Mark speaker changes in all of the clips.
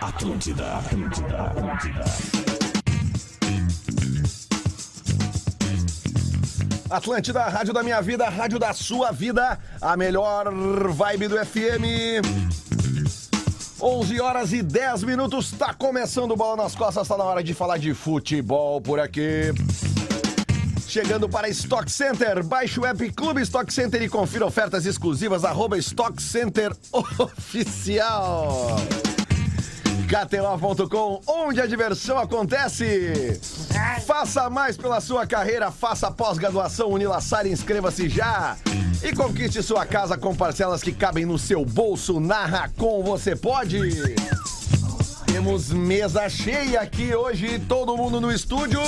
Speaker 1: Atlântida, Atlântida, Atlântida.
Speaker 2: Atlântida, a rádio da minha vida, a rádio da sua vida, a melhor vibe do FM. 11 horas e 10 minutos, tá começando o Bola nas Costas, tá na hora de falar de futebol por aqui. Chegando para Stock Center, baixe o app Clube Stock Center e confira ofertas exclusivas, arroba Stock Center Oficial. KTO.com, onde a diversão acontece. Faça mais pela sua carreira, faça pós-graduação Unilassar e inscreva-se já. E conquiste sua casa com parcelas que cabem no seu bolso. Na Racon você pode. Temos mesa cheia aqui hoje, todo mundo no estúdio.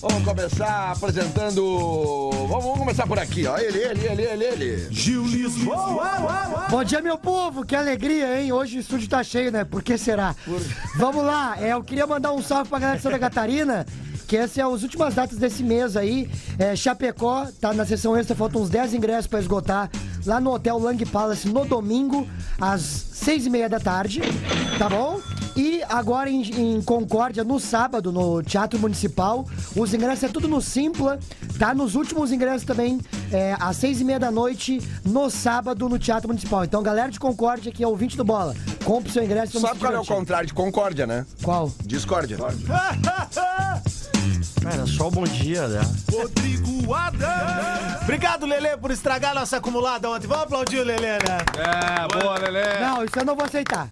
Speaker 2: Vamos começar apresentando. Vamos, vamos começar por aqui, ó. Ele, ele, ele, ele, ele.
Speaker 1: Gil Lisboa.
Speaker 3: Bom dia, meu povo, que alegria, hein? Hoje o estúdio tá cheio, né? Por que será? Vamos lá, é, eu queria mandar um salve pra galera de Santa Catarina, que essas são as últimas datas desse mês aí. É, Chapecó, tá na sessão extra, faltam uns 10 ingressos pra esgotar, lá no Hotel Lang Palace, no domingo, às 6 e meia da tarde, tá bom? E agora em, em Concórdia, no sábado, no Teatro Municipal, os ingressos é tudo no Simpla, tá? Nos últimos ingressos também, é, às seis e meia da noite, no sábado, no Teatro Municipal. Então, galera de Concórdia, que é ouvinte do Bola, compre seu ingresso. vamos
Speaker 2: Sabe qual é o
Speaker 3: se divertir.
Speaker 2: contrário de concórdia, né?
Speaker 3: Qual?
Speaker 2: Discórdia.
Speaker 4: Cara, só bom dia, né?
Speaker 1: Rodrigo Adam.
Speaker 4: Obrigado, Lelê, por estragar nossa acumulada ontem. Vamos aplaudir o Lelê, né?
Speaker 5: É, boa, Lelê.
Speaker 3: Não, isso eu não vou aceitar.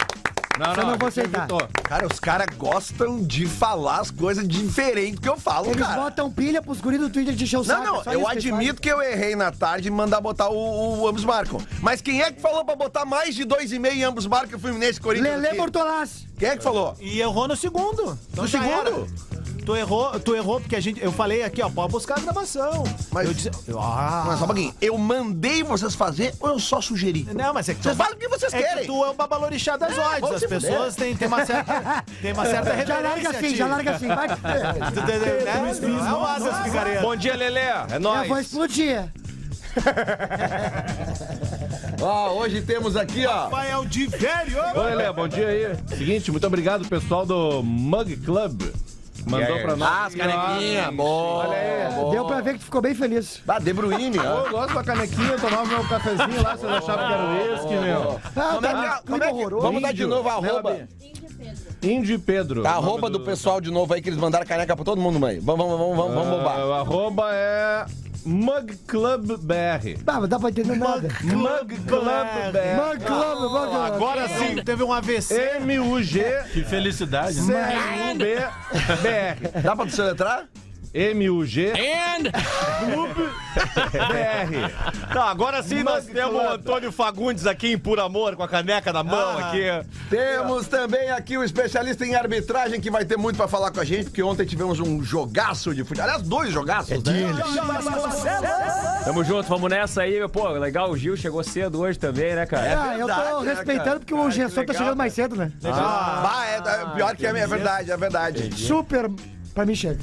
Speaker 5: Não,
Speaker 3: Você não vou aceitar.
Speaker 5: evitou.
Speaker 2: Cara, os caras gostam de falar as coisas diferentes que eu falo,
Speaker 3: Eles
Speaker 2: cara.
Speaker 3: botam pilha pros guris do Twitter de encher o
Speaker 2: Não,
Speaker 3: saco.
Speaker 2: não,
Speaker 3: só
Speaker 2: eu
Speaker 3: isso que eles
Speaker 2: admito que eu errei na tarde e mandar botar o, o, ambos marcam. Mas quem é que falou pra botar mais de 2,5 em ambos marcam e Fluminense e
Speaker 3: fazem.
Speaker 2: Corinthians?
Speaker 3: Lelê
Speaker 2: aqui?
Speaker 3: Bortolassi.
Speaker 2: Quem é que falou?
Speaker 4: E errou no segundo. Então
Speaker 2: No
Speaker 4: já
Speaker 2: segundo?
Speaker 4: era. Tu errou, tu errou porque a gente. Eu falei aqui, ó, pode buscar a gravação.
Speaker 2: Mas-
Speaker 4: Eu disse. eu- ah.
Speaker 2: Mas só um pouquinho, eu mandei vocês fazer ou eu só sugeri?
Speaker 4: Não, mas é que tu.
Speaker 2: Vocês falam o que vocês
Speaker 4: é
Speaker 2: querem.
Speaker 4: que tu é o babalorixá das odds.
Speaker 2: vamos
Speaker 4: As
Speaker 2: se fuder.
Speaker 4: pessoas têm, têm uma certa. Tem uma certa
Speaker 3: Já larga
Speaker 4: referência a
Speaker 3: assim,
Speaker 4: ti.
Speaker 3: já larga assim. Vai. te-
Speaker 4: Tu entendeu, né? Não é o asas picareta.
Speaker 5: Bom dia, Lelê. É
Speaker 3: Eu vou
Speaker 5: nóis.
Speaker 3: explodir.
Speaker 2: Ó, hoje temos aqui, ó.
Speaker 4: Vai ao de velho.
Speaker 5: Ô, Lelê, bom dia aí. Seguinte, muito obrigado, pessoal do Mug Club. Mandou pra nós.
Speaker 2: Ah, as canequinhas, bom.
Speaker 5: Olha aí.
Speaker 3: Deu pra ver que tu ficou bem feliz.
Speaker 2: Ah, De Bruyne, ó.
Speaker 5: Eu gosto da canequinha, eu tomava meu cafezinho lá, vocês achavam que era uísque, meu.
Speaker 3: Ah,
Speaker 2: Como é que-
Speaker 3: clima
Speaker 2: como é que-
Speaker 3: horroroso.
Speaker 2: Vamos dar de
Speaker 5: Índio,
Speaker 2: novo a
Speaker 5: né,
Speaker 2: arroba.
Speaker 5: Babi? Índio e Pedro.
Speaker 2: Tá,
Speaker 5: O nome
Speaker 2: arroba do pessoal de novo aí que eles mandaram caneca pra todo mundo, mãe. Vamos, vamos, vamos, vamos, vamos
Speaker 5: Ah,
Speaker 2: bombar.
Speaker 5: o arroba é Mug Club BR.
Speaker 3: Ah, mas dá pra entender nada.
Speaker 5: Mug Club BR.
Speaker 3: Mano, clube, mano, clube.
Speaker 4: Agora sim, teve um AVC.
Speaker 5: M-U-G
Speaker 6: Que felicidade, né?
Speaker 5: C-U-B-BR.
Speaker 2: Dá pra tu soletrar?
Speaker 5: M-U-G Clube BR.
Speaker 6: Tá, agora sim nós
Speaker 5: Mug
Speaker 6: temos o
Speaker 5: Club.
Speaker 6: Antônio Fagundes aqui em Por Amor, com a caneca na mão
Speaker 4: Ah.
Speaker 6: aqui.
Speaker 2: Temos também aqui o especialista em arbitragem que vai ter muito pra falar com a gente, porque ontem tivemos um jogaço de futebol. Aliás, dois jogaços,
Speaker 7: É
Speaker 2: né?
Speaker 8: Tamo junto, vamos nessa aí, meu pô. Legal, o Gil chegou cedo hoje também, né, cara?
Speaker 3: Ah, eu tô
Speaker 2: verdade, né,
Speaker 3: respeitando
Speaker 2: cara?
Speaker 3: porque o Gerson tá chegando mais cedo, né?
Speaker 2: Ah, bah, é, é pior que é, é verdade, é verdade.
Speaker 3: Super. Pra mim chega.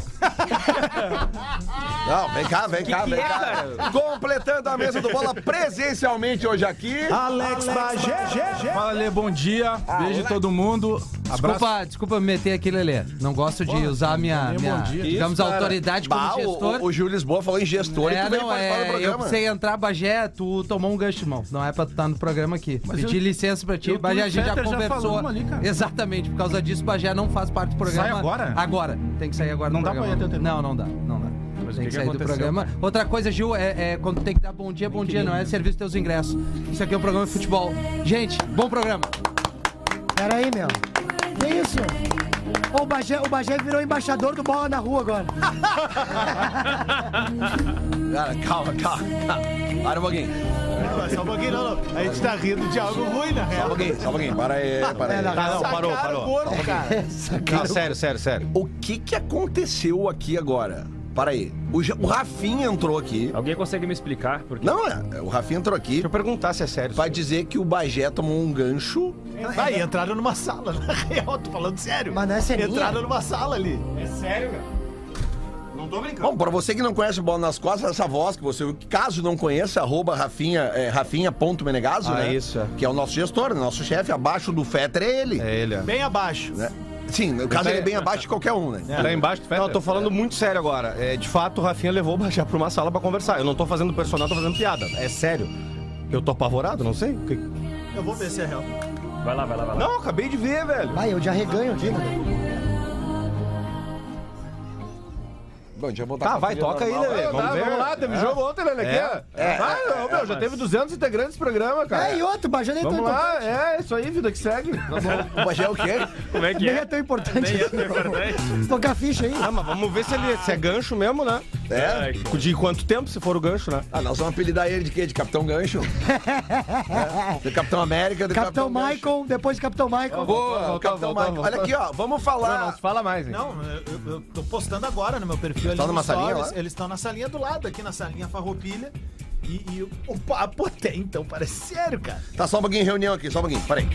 Speaker 2: Não, vem cá, Ah, vem cá,
Speaker 7: é,
Speaker 2: vem cá. Completando a mesa do bola presencialmente hoje aqui.
Speaker 7: Ah,
Speaker 4: Alex Bagé.
Speaker 9: Fala, Lê, bom dia. Beijo todo mundo. Abraço.
Speaker 7: Desculpa, desculpa me meter aqui, Lelê. Não gosto de usar a minha, minha digamos, autoridade como
Speaker 2: Bah, o,
Speaker 7: gestor.
Speaker 2: o, o Júlio Lisboa falou em gestor e
Speaker 7: é,
Speaker 2: tu veio
Speaker 7: não,
Speaker 2: participar do
Speaker 7: é, eu
Speaker 2: programa.
Speaker 7: precisei entrar, Bagé, tu tomou um gancho, irmão. Não é pra tu estar no programa aqui. Pedi licença pra ti,
Speaker 9: eu, tu
Speaker 7: Bagé,
Speaker 9: e
Speaker 7: a gente já
Speaker 9: Fetter já
Speaker 7: conversou.
Speaker 9: falamos ali, cara.
Speaker 7: Exatamente, por causa disso, Bagé não faz parte do programa.
Speaker 9: Sai agora?
Speaker 7: Agora, tem que sair agora
Speaker 9: Não
Speaker 7: do
Speaker 9: dá pra
Speaker 7: programa.
Speaker 9: ir até o
Speaker 7: Não, não dá, não dá. tem
Speaker 8: que
Speaker 7: que,
Speaker 8: que
Speaker 7: sair do
Speaker 8: aconteceu,
Speaker 7: programa. Outra coisa, Gil, é, é quando tem que dar bom dia, bom dia, não é serviço teus ingressos. Isso aqui é um programa de futebol. Gente, bom programa.
Speaker 3: Pera aí, meu. Que isso? Ô, O Bagé, o Bagé virou embaixador do bola na rua agora.
Speaker 2: Cara, calma, calma, calma. Para um pouquinho,
Speaker 4: Só um pouquinho, não, não. A gente tá rindo de algo ruim, na
Speaker 2: só um
Speaker 4: real.
Speaker 2: pouquinho, só um pouquinho. Para aí, para aí.
Speaker 6: Tá, não, parou,
Speaker 4: Sacaram
Speaker 2: é
Speaker 4: o
Speaker 6: parou.
Speaker 4: gordo, cara.
Speaker 6: Não, sério, sério, sério.
Speaker 2: O que que aconteceu aqui agora? Para aí. O, Ja- o Rafinha entrou aqui.
Speaker 8: Alguém consegue me explicar? Porque...
Speaker 2: Não, é, o Rafinha entrou aqui
Speaker 6: Deixa eu perguntar se é sério.
Speaker 2: pra dizer que o Bagé tomou um gancho.
Speaker 4: Aí entraram numa sala, na real, tô falando sério.
Speaker 3: Mas não é ceninha?
Speaker 4: Entraram numa sala ali.
Speaker 6: É sério, cara? Não
Speaker 10: não tô brincando.
Speaker 2: Bom, pra você que não conhece Bola nas Costas, essa voz que você, caso não conheça, arroba Rafinha, é, Rafinha.menegaso,
Speaker 7: Ah,
Speaker 2: né?
Speaker 7: isso, é.
Speaker 2: Que é o nosso gestor, né? nosso chefe, abaixo do Fetter é ele.
Speaker 9: É ele, ó.
Speaker 4: Bem abaixo.
Speaker 2: né? Sim, no caso ele é bem abaixo de qualquer um, né?
Speaker 5: Lá embaixo, tu
Speaker 10: É. Não, eu tô falando muito sério agora. É, de fato, o Rafinha levou o Bajá pra uma sala pra conversar. Eu não tô fazendo personagem, tô fazendo piada. É sério. Eu tô apavorado, não sei. O que-
Speaker 4: Eu vou ver se é real.
Speaker 8: Vai lá, vai lá, vai lá.
Speaker 10: Não, acabei de ver, velho.
Speaker 3: Vai, eu já reganho aqui, né?
Speaker 2: Bom, já vou
Speaker 10: Tá, vai, toca aí, né, velho?
Speaker 5: Vamos,
Speaker 10: Vamos ver. É.
Speaker 5: vamos lá, teve jogo ontem, Lelequeira. É, ah, não, meu, já teve 200 integrantes no programa, cara.
Speaker 3: É, e outro, Bajé nem é tão
Speaker 10: tá
Speaker 5: Vamos
Speaker 3: importante.
Speaker 5: lá, é isso aí, vida que segue. Tá bom.
Speaker 2: O Bagé é o quê?
Speaker 8: Como é que
Speaker 3: Nem
Speaker 8: é?
Speaker 3: é tão importante. Toca a ficha aí.
Speaker 10: Ah, mas vamos ver se, ele, se é gancho mesmo, né?
Speaker 2: É?
Speaker 10: De quanto tempo, se for o gancho, né?
Speaker 2: Ah, nós vamos apelidar ele de quê? De Capitão Gancho? É. De Capitão América, de
Speaker 3: Capitão
Speaker 2: Gancho.
Speaker 3: Michael, depois de Capitão
Speaker 5: Tá
Speaker 3: Michael.
Speaker 2: Boa,
Speaker 5: Voltou,
Speaker 11: Tá
Speaker 2: Capitão
Speaker 5: voltou,
Speaker 2: Michael.
Speaker 5: voltou.
Speaker 2: Olha aqui, ah. ó, vamos
Speaker 5: tá Não, não
Speaker 2: falar.
Speaker 5: se fala mais, hein?
Speaker 4: Não, eu, eu tô postando agora no meu perfil. ali
Speaker 2: Tá
Speaker 4: no
Speaker 2: numa salinha
Speaker 4: Stories.
Speaker 2: lá?
Speaker 4: Eles estão na salinha do lado, aqui na salinha farroupilha. E, e o, o papo até então parece sério, cara.
Speaker 2: Tá só um pouquinho em reunião aqui, só um pouquinho, peraí.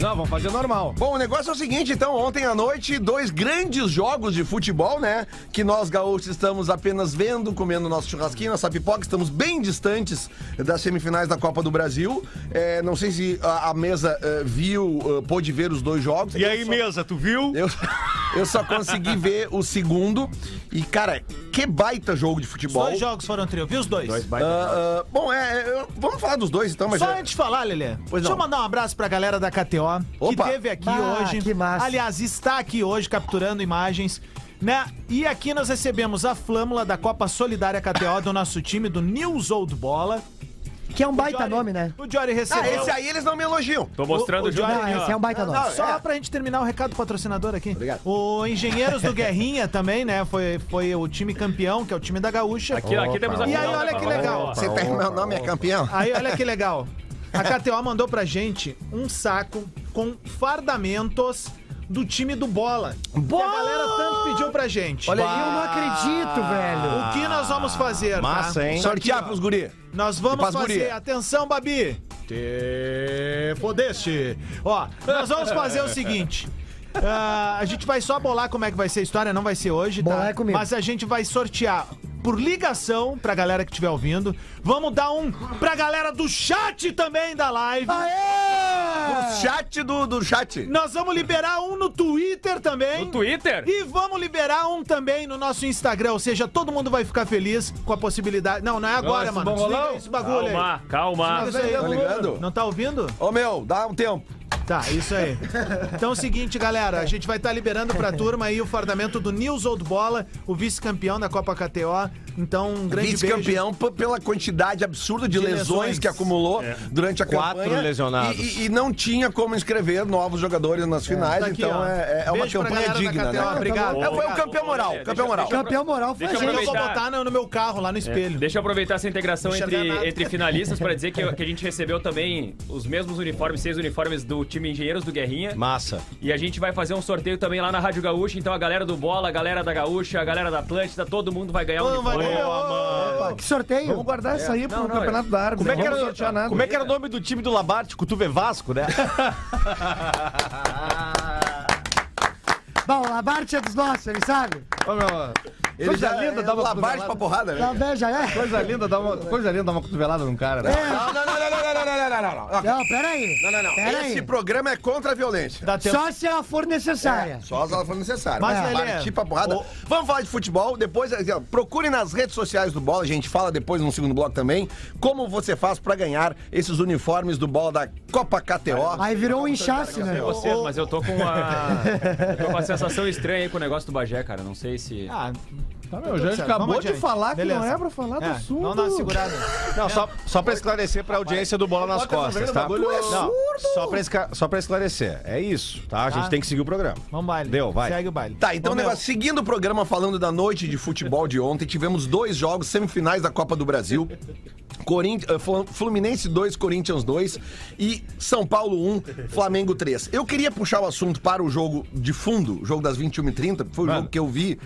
Speaker 5: Não, vamos fazer normal.
Speaker 2: Bom, o negócio é o seguinte, então, ontem à noite, dois grandes jogos de futebol, né? Que nós gaúchos estamos apenas vendo, comendo nosso churrasquinho, nossa pipoca, estamos bem distantes das semifinais da Copa do Brasil. É, não sei se a, a mesa eh, viu, eh, pôde ver os dois jogos.
Speaker 6: E aí, mesa, tu viu?
Speaker 2: Eu, eu só consegui ver o segundo. E, cara, que baita jogo de
Speaker 4: Os
Speaker 2: futebol.
Speaker 4: dois jogos foram trio, viu os dois?
Speaker 2: Ah, ah, bom, é, é, eu- vamos falar dos dois então, mas.
Speaker 4: Só antes de falar, Lelê, deixa eu
Speaker 2: não.
Speaker 4: mandar um abraço pra galera da KTO, que
Speaker 2: Opa.
Speaker 4: teve aqui
Speaker 3: Ah,
Speaker 4: hoje.
Speaker 3: que massa.
Speaker 4: Aliás, está aqui hoje capturando imagens. Né? E aqui nós recebemos a flâmula da Copa Solidária KTO do nosso time, do News Old Bola.
Speaker 3: Que é um baita
Speaker 4: Jory-
Speaker 3: nome, né?
Speaker 4: O Jory
Speaker 2: Ah,
Speaker 4: recebeu.
Speaker 2: esse aí eles não me elogiam.
Speaker 8: Tô mostrando
Speaker 4: O-
Speaker 8: o,
Speaker 4: o
Speaker 8: jogo.
Speaker 4: Johnny-
Speaker 3: Ah, esse é um baita nome.
Speaker 4: Só pra gente terminar o recado do patrocinador aqui.
Speaker 2: Obrigado.
Speaker 4: O Engenheiros do Guerrinha também, né? Foi, foi o time campeão, que é o time da Gaúcha.
Speaker 8: Aqui, aqui temos a
Speaker 4: E aí,
Speaker 8: final,
Speaker 4: olha
Speaker 8: né,
Speaker 4: que
Speaker 8: Paulo?
Speaker 4: legal.
Speaker 2: Você tem meu nome, é campeão.
Speaker 4: Aí, olha que legal. A KTO mandou pra gente um saco com fardamentos do time do Bola. Que a galera tanto pediu pra gente.
Speaker 3: Eu não acredito, velho.
Speaker 4: O que nós vamos fazer,
Speaker 10: Massa,
Speaker 4: tá?
Speaker 10: hein?
Speaker 2: Sortear pros guri.
Speaker 4: Nós vamos
Speaker 2: Faz
Speaker 4: fazer,
Speaker 2: guria.
Speaker 4: atenção, Babi. Te fodeste. Ó, nós vamos fazer o seguinte. ah, a gente vai só bolar como é que vai ser a história, não vai ser hoje, tá?
Speaker 3: Bolar é comigo.
Speaker 4: Mas a gente vai sortear por ligação pra galera que estiver ouvindo. Vamos dar um pra galera do chat também da live.
Speaker 2: O chat do, do chat.
Speaker 4: Nós vamos liberar um no Twitter também.
Speaker 8: No Twitter?
Speaker 4: E vamos liberar um também no nosso Instagram, ou seja, todo mundo vai ficar feliz com a possibilidade. Não, não é agora,
Speaker 5: esse
Speaker 4: mano.
Speaker 5: bom
Speaker 4: Desliga
Speaker 5: rolão.
Speaker 4: esse bagulho aí.
Speaker 8: Calma, calma.
Speaker 4: Isso aí,
Speaker 2: Tá ligado?
Speaker 4: Não tá ouvindo?
Speaker 2: Ô meu, dá um tempo.
Speaker 4: Tá, isso aí. Então é o seguinte, galera, a gente vai estar liberando pra turma aí o fardamento do Nils Old Bola, o vice-campeão da Copa KTO. Então, um grande beijo.
Speaker 2: Vice-campeão p- pela quantidade absurda de,
Speaker 4: De
Speaker 2: lesões,
Speaker 4: lesões. É.
Speaker 2: que acumulou durante a
Speaker 10: Quatro
Speaker 2: campanha.
Speaker 10: lesionados.
Speaker 2: E, e- e não tinha como inscrever novos jogadores nas finais,
Speaker 4: Tá aqui,
Speaker 2: então
Speaker 4: ó.
Speaker 2: é, é uma
Speaker 4: Beijo pra
Speaker 2: campanha
Speaker 4: galera da
Speaker 2: digna, né?
Speaker 4: KTO, obrigado.
Speaker 2: É, foi o
Speaker 8: Obrigado.
Speaker 2: campeão moral,
Speaker 8: Deixa-
Speaker 2: campeão moral.
Speaker 8: deixa-
Speaker 3: Campeão moral foi a
Speaker 8: Deixa eu
Speaker 4: Eu
Speaker 3: gente.
Speaker 4: vou
Speaker 8: aproveitar. É.
Speaker 4: botar no no meu carro, lá no espelho.
Speaker 8: Deixa eu aproveitar essa integração
Speaker 4: Não enxergar nada.
Speaker 8: entre, entre finalistas para dizer que, que a gente recebeu também os mesmos uniformes, seis uniformes do time Engenheiros do Guerrinha.
Speaker 10: Massa.
Speaker 8: E a gente vai fazer um sorteio também lá na Rádio Gaúcha. Então a galera do Bola, a galera da Gaúcha, a galera da Atlântida, todo mundo vai ganhar um
Speaker 4: Vamos,
Speaker 8: uniforme.
Speaker 4: valeu.
Speaker 3: Opa, que sorteio.
Speaker 9: Vamos
Speaker 10: É,
Speaker 9: guardar isso aí pro
Speaker 8: Não, não,
Speaker 9: campeonato da árvore.
Speaker 10: Como é, que
Speaker 9: não
Speaker 10: era,
Speaker 9: vamos sortear nada.
Speaker 10: como é que era o nome do time do Labarte? Cutuve Vasco, né?
Speaker 3: Bom, a Bart é dos nossos, ele sabe?
Speaker 9: Ô, meu,
Speaker 2: Ele já linda,
Speaker 10: é
Speaker 2: dava lavagem pra porrada, né?
Speaker 3: Tá vendo, já é?
Speaker 9: coisa linda, dá uma, coisa linda, dá uma cotovelada num cara, né?
Speaker 10: É,
Speaker 2: Não, não, não, não, não, não, não, não, não, não, não.
Speaker 3: Não, peraí.
Speaker 2: Não, não, não.
Speaker 3: Pera
Speaker 2: Esse um-
Speaker 3: aí.
Speaker 2: programa é contra a violência.
Speaker 4: Dá tempo.
Speaker 3: Só se ela for necessária.
Speaker 2: Só se ela for necessária.
Speaker 4: Mas,
Speaker 2: Mas,
Speaker 4: Lelê,
Speaker 2: partir pra porrada.
Speaker 4: o-
Speaker 2: Vamos falar de futebol. Depois, assim, ó, procure nas redes sociais do Bola. A gente fala depois no segundo bloco também. Como você faz pra ganhar esses uniformes do Bola da Copa KTO.
Speaker 3: Aí virou um inchaço,
Speaker 2: tipo,
Speaker 3: né?
Speaker 8: Vocês, mas eu tô com uma. eu tô com uma sensação estranha aí com o negócio do Bagé, cara. Não sei se.
Speaker 4: Ah,
Speaker 9: Tá, meu, o Jorge acabou de falar que não é pra falar do
Speaker 4: sul.
Speaker 9: assunto.
Speaker 4: Não dá uma segurada.
Speaker 10: Não, só, só pra esclarecer pra audiência do Bola nas Costas, tá?
Speaker 9: é
Speaker 10: Não, só pra, esca- só pra esclarecer. É isso, tá? A gente
Speaker 4: Tá.
Speaker 10: tem que seguir o programa.
Speaker 4: Vamos baile.
Speaker 10: Deu, vai.
Speaker 4: Segue o baile.
Speaker 2: Tá, então o
Speaker 4: Ô, meu,
Speaker 2: negócio, seguindo o programa falando da noite de futebol de ontem, tivemos dois jogos semifinais da Copa do Brasil. Corin... eh, Flam- Fluminense 2, Corinthians 2 e São Paulo 1, Flamengo 3. Eu queria puxar o assunto para o jogo de fundo, o jogo das 21h30, que foi o jogo que eu vi,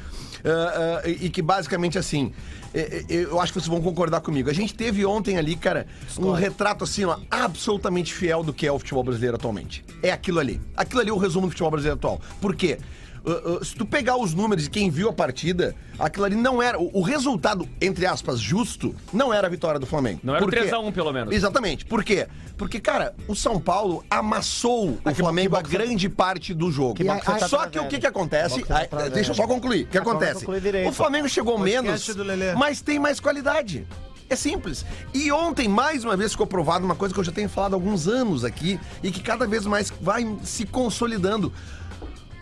Speaker 2: ah, ah, e e que basicamente assim, eh, eh, eu acho que vocês vão concordar comigo. A gente teve ontem ali, cara, um retrato assim, ó, absolutamente fiel do que é o futebol brasileiro atualmente. É aquilo ali. Aquilo ali é o resumo do futebol brasileiro atual. Por quê? Uh, uh, se tu pegar os números de quem viu a partida, aquilo ali não era. O, o resultado, entre aspas, justo, não era a vitória do Flamengo.
Speaker 8: Não era
Speaker 2: Por quê?
Speaker 8: 3 a 1 pelo menos.
Speaker 2: Exatamente. Por quê? Porque, cara, o São Paulo amassou
Speaker 11: Ah,
Speaker 2: o Flamengo a grande parte do jogo.
Speaker 11: tá- Que bom que você tá
Speaker 2: só que o que, que acontece.
Speaker 11: Que bom que você
Speaker 2: Ah,
Speaker 11: tá atrás,
Speaker 2: deixa eu só
Speaker 11: velho.
Speaker 2: concluir. O que
Speaker 11: Ah, então
Speaker 2: acontece?
Speaker 11: conclui direito.
Speaker 2: O Flamengo chegou
Speaker 4: Podcast
Speaker 2: menos,
Speaker 4: do Lelê.
Speaker 2: mas tem mais qualidade. É simples. E ontem, mais uma vez, ficou provado uma coisa que eu já tenho falado há alguns anos aqui e que cada vez mais vai se consolidando.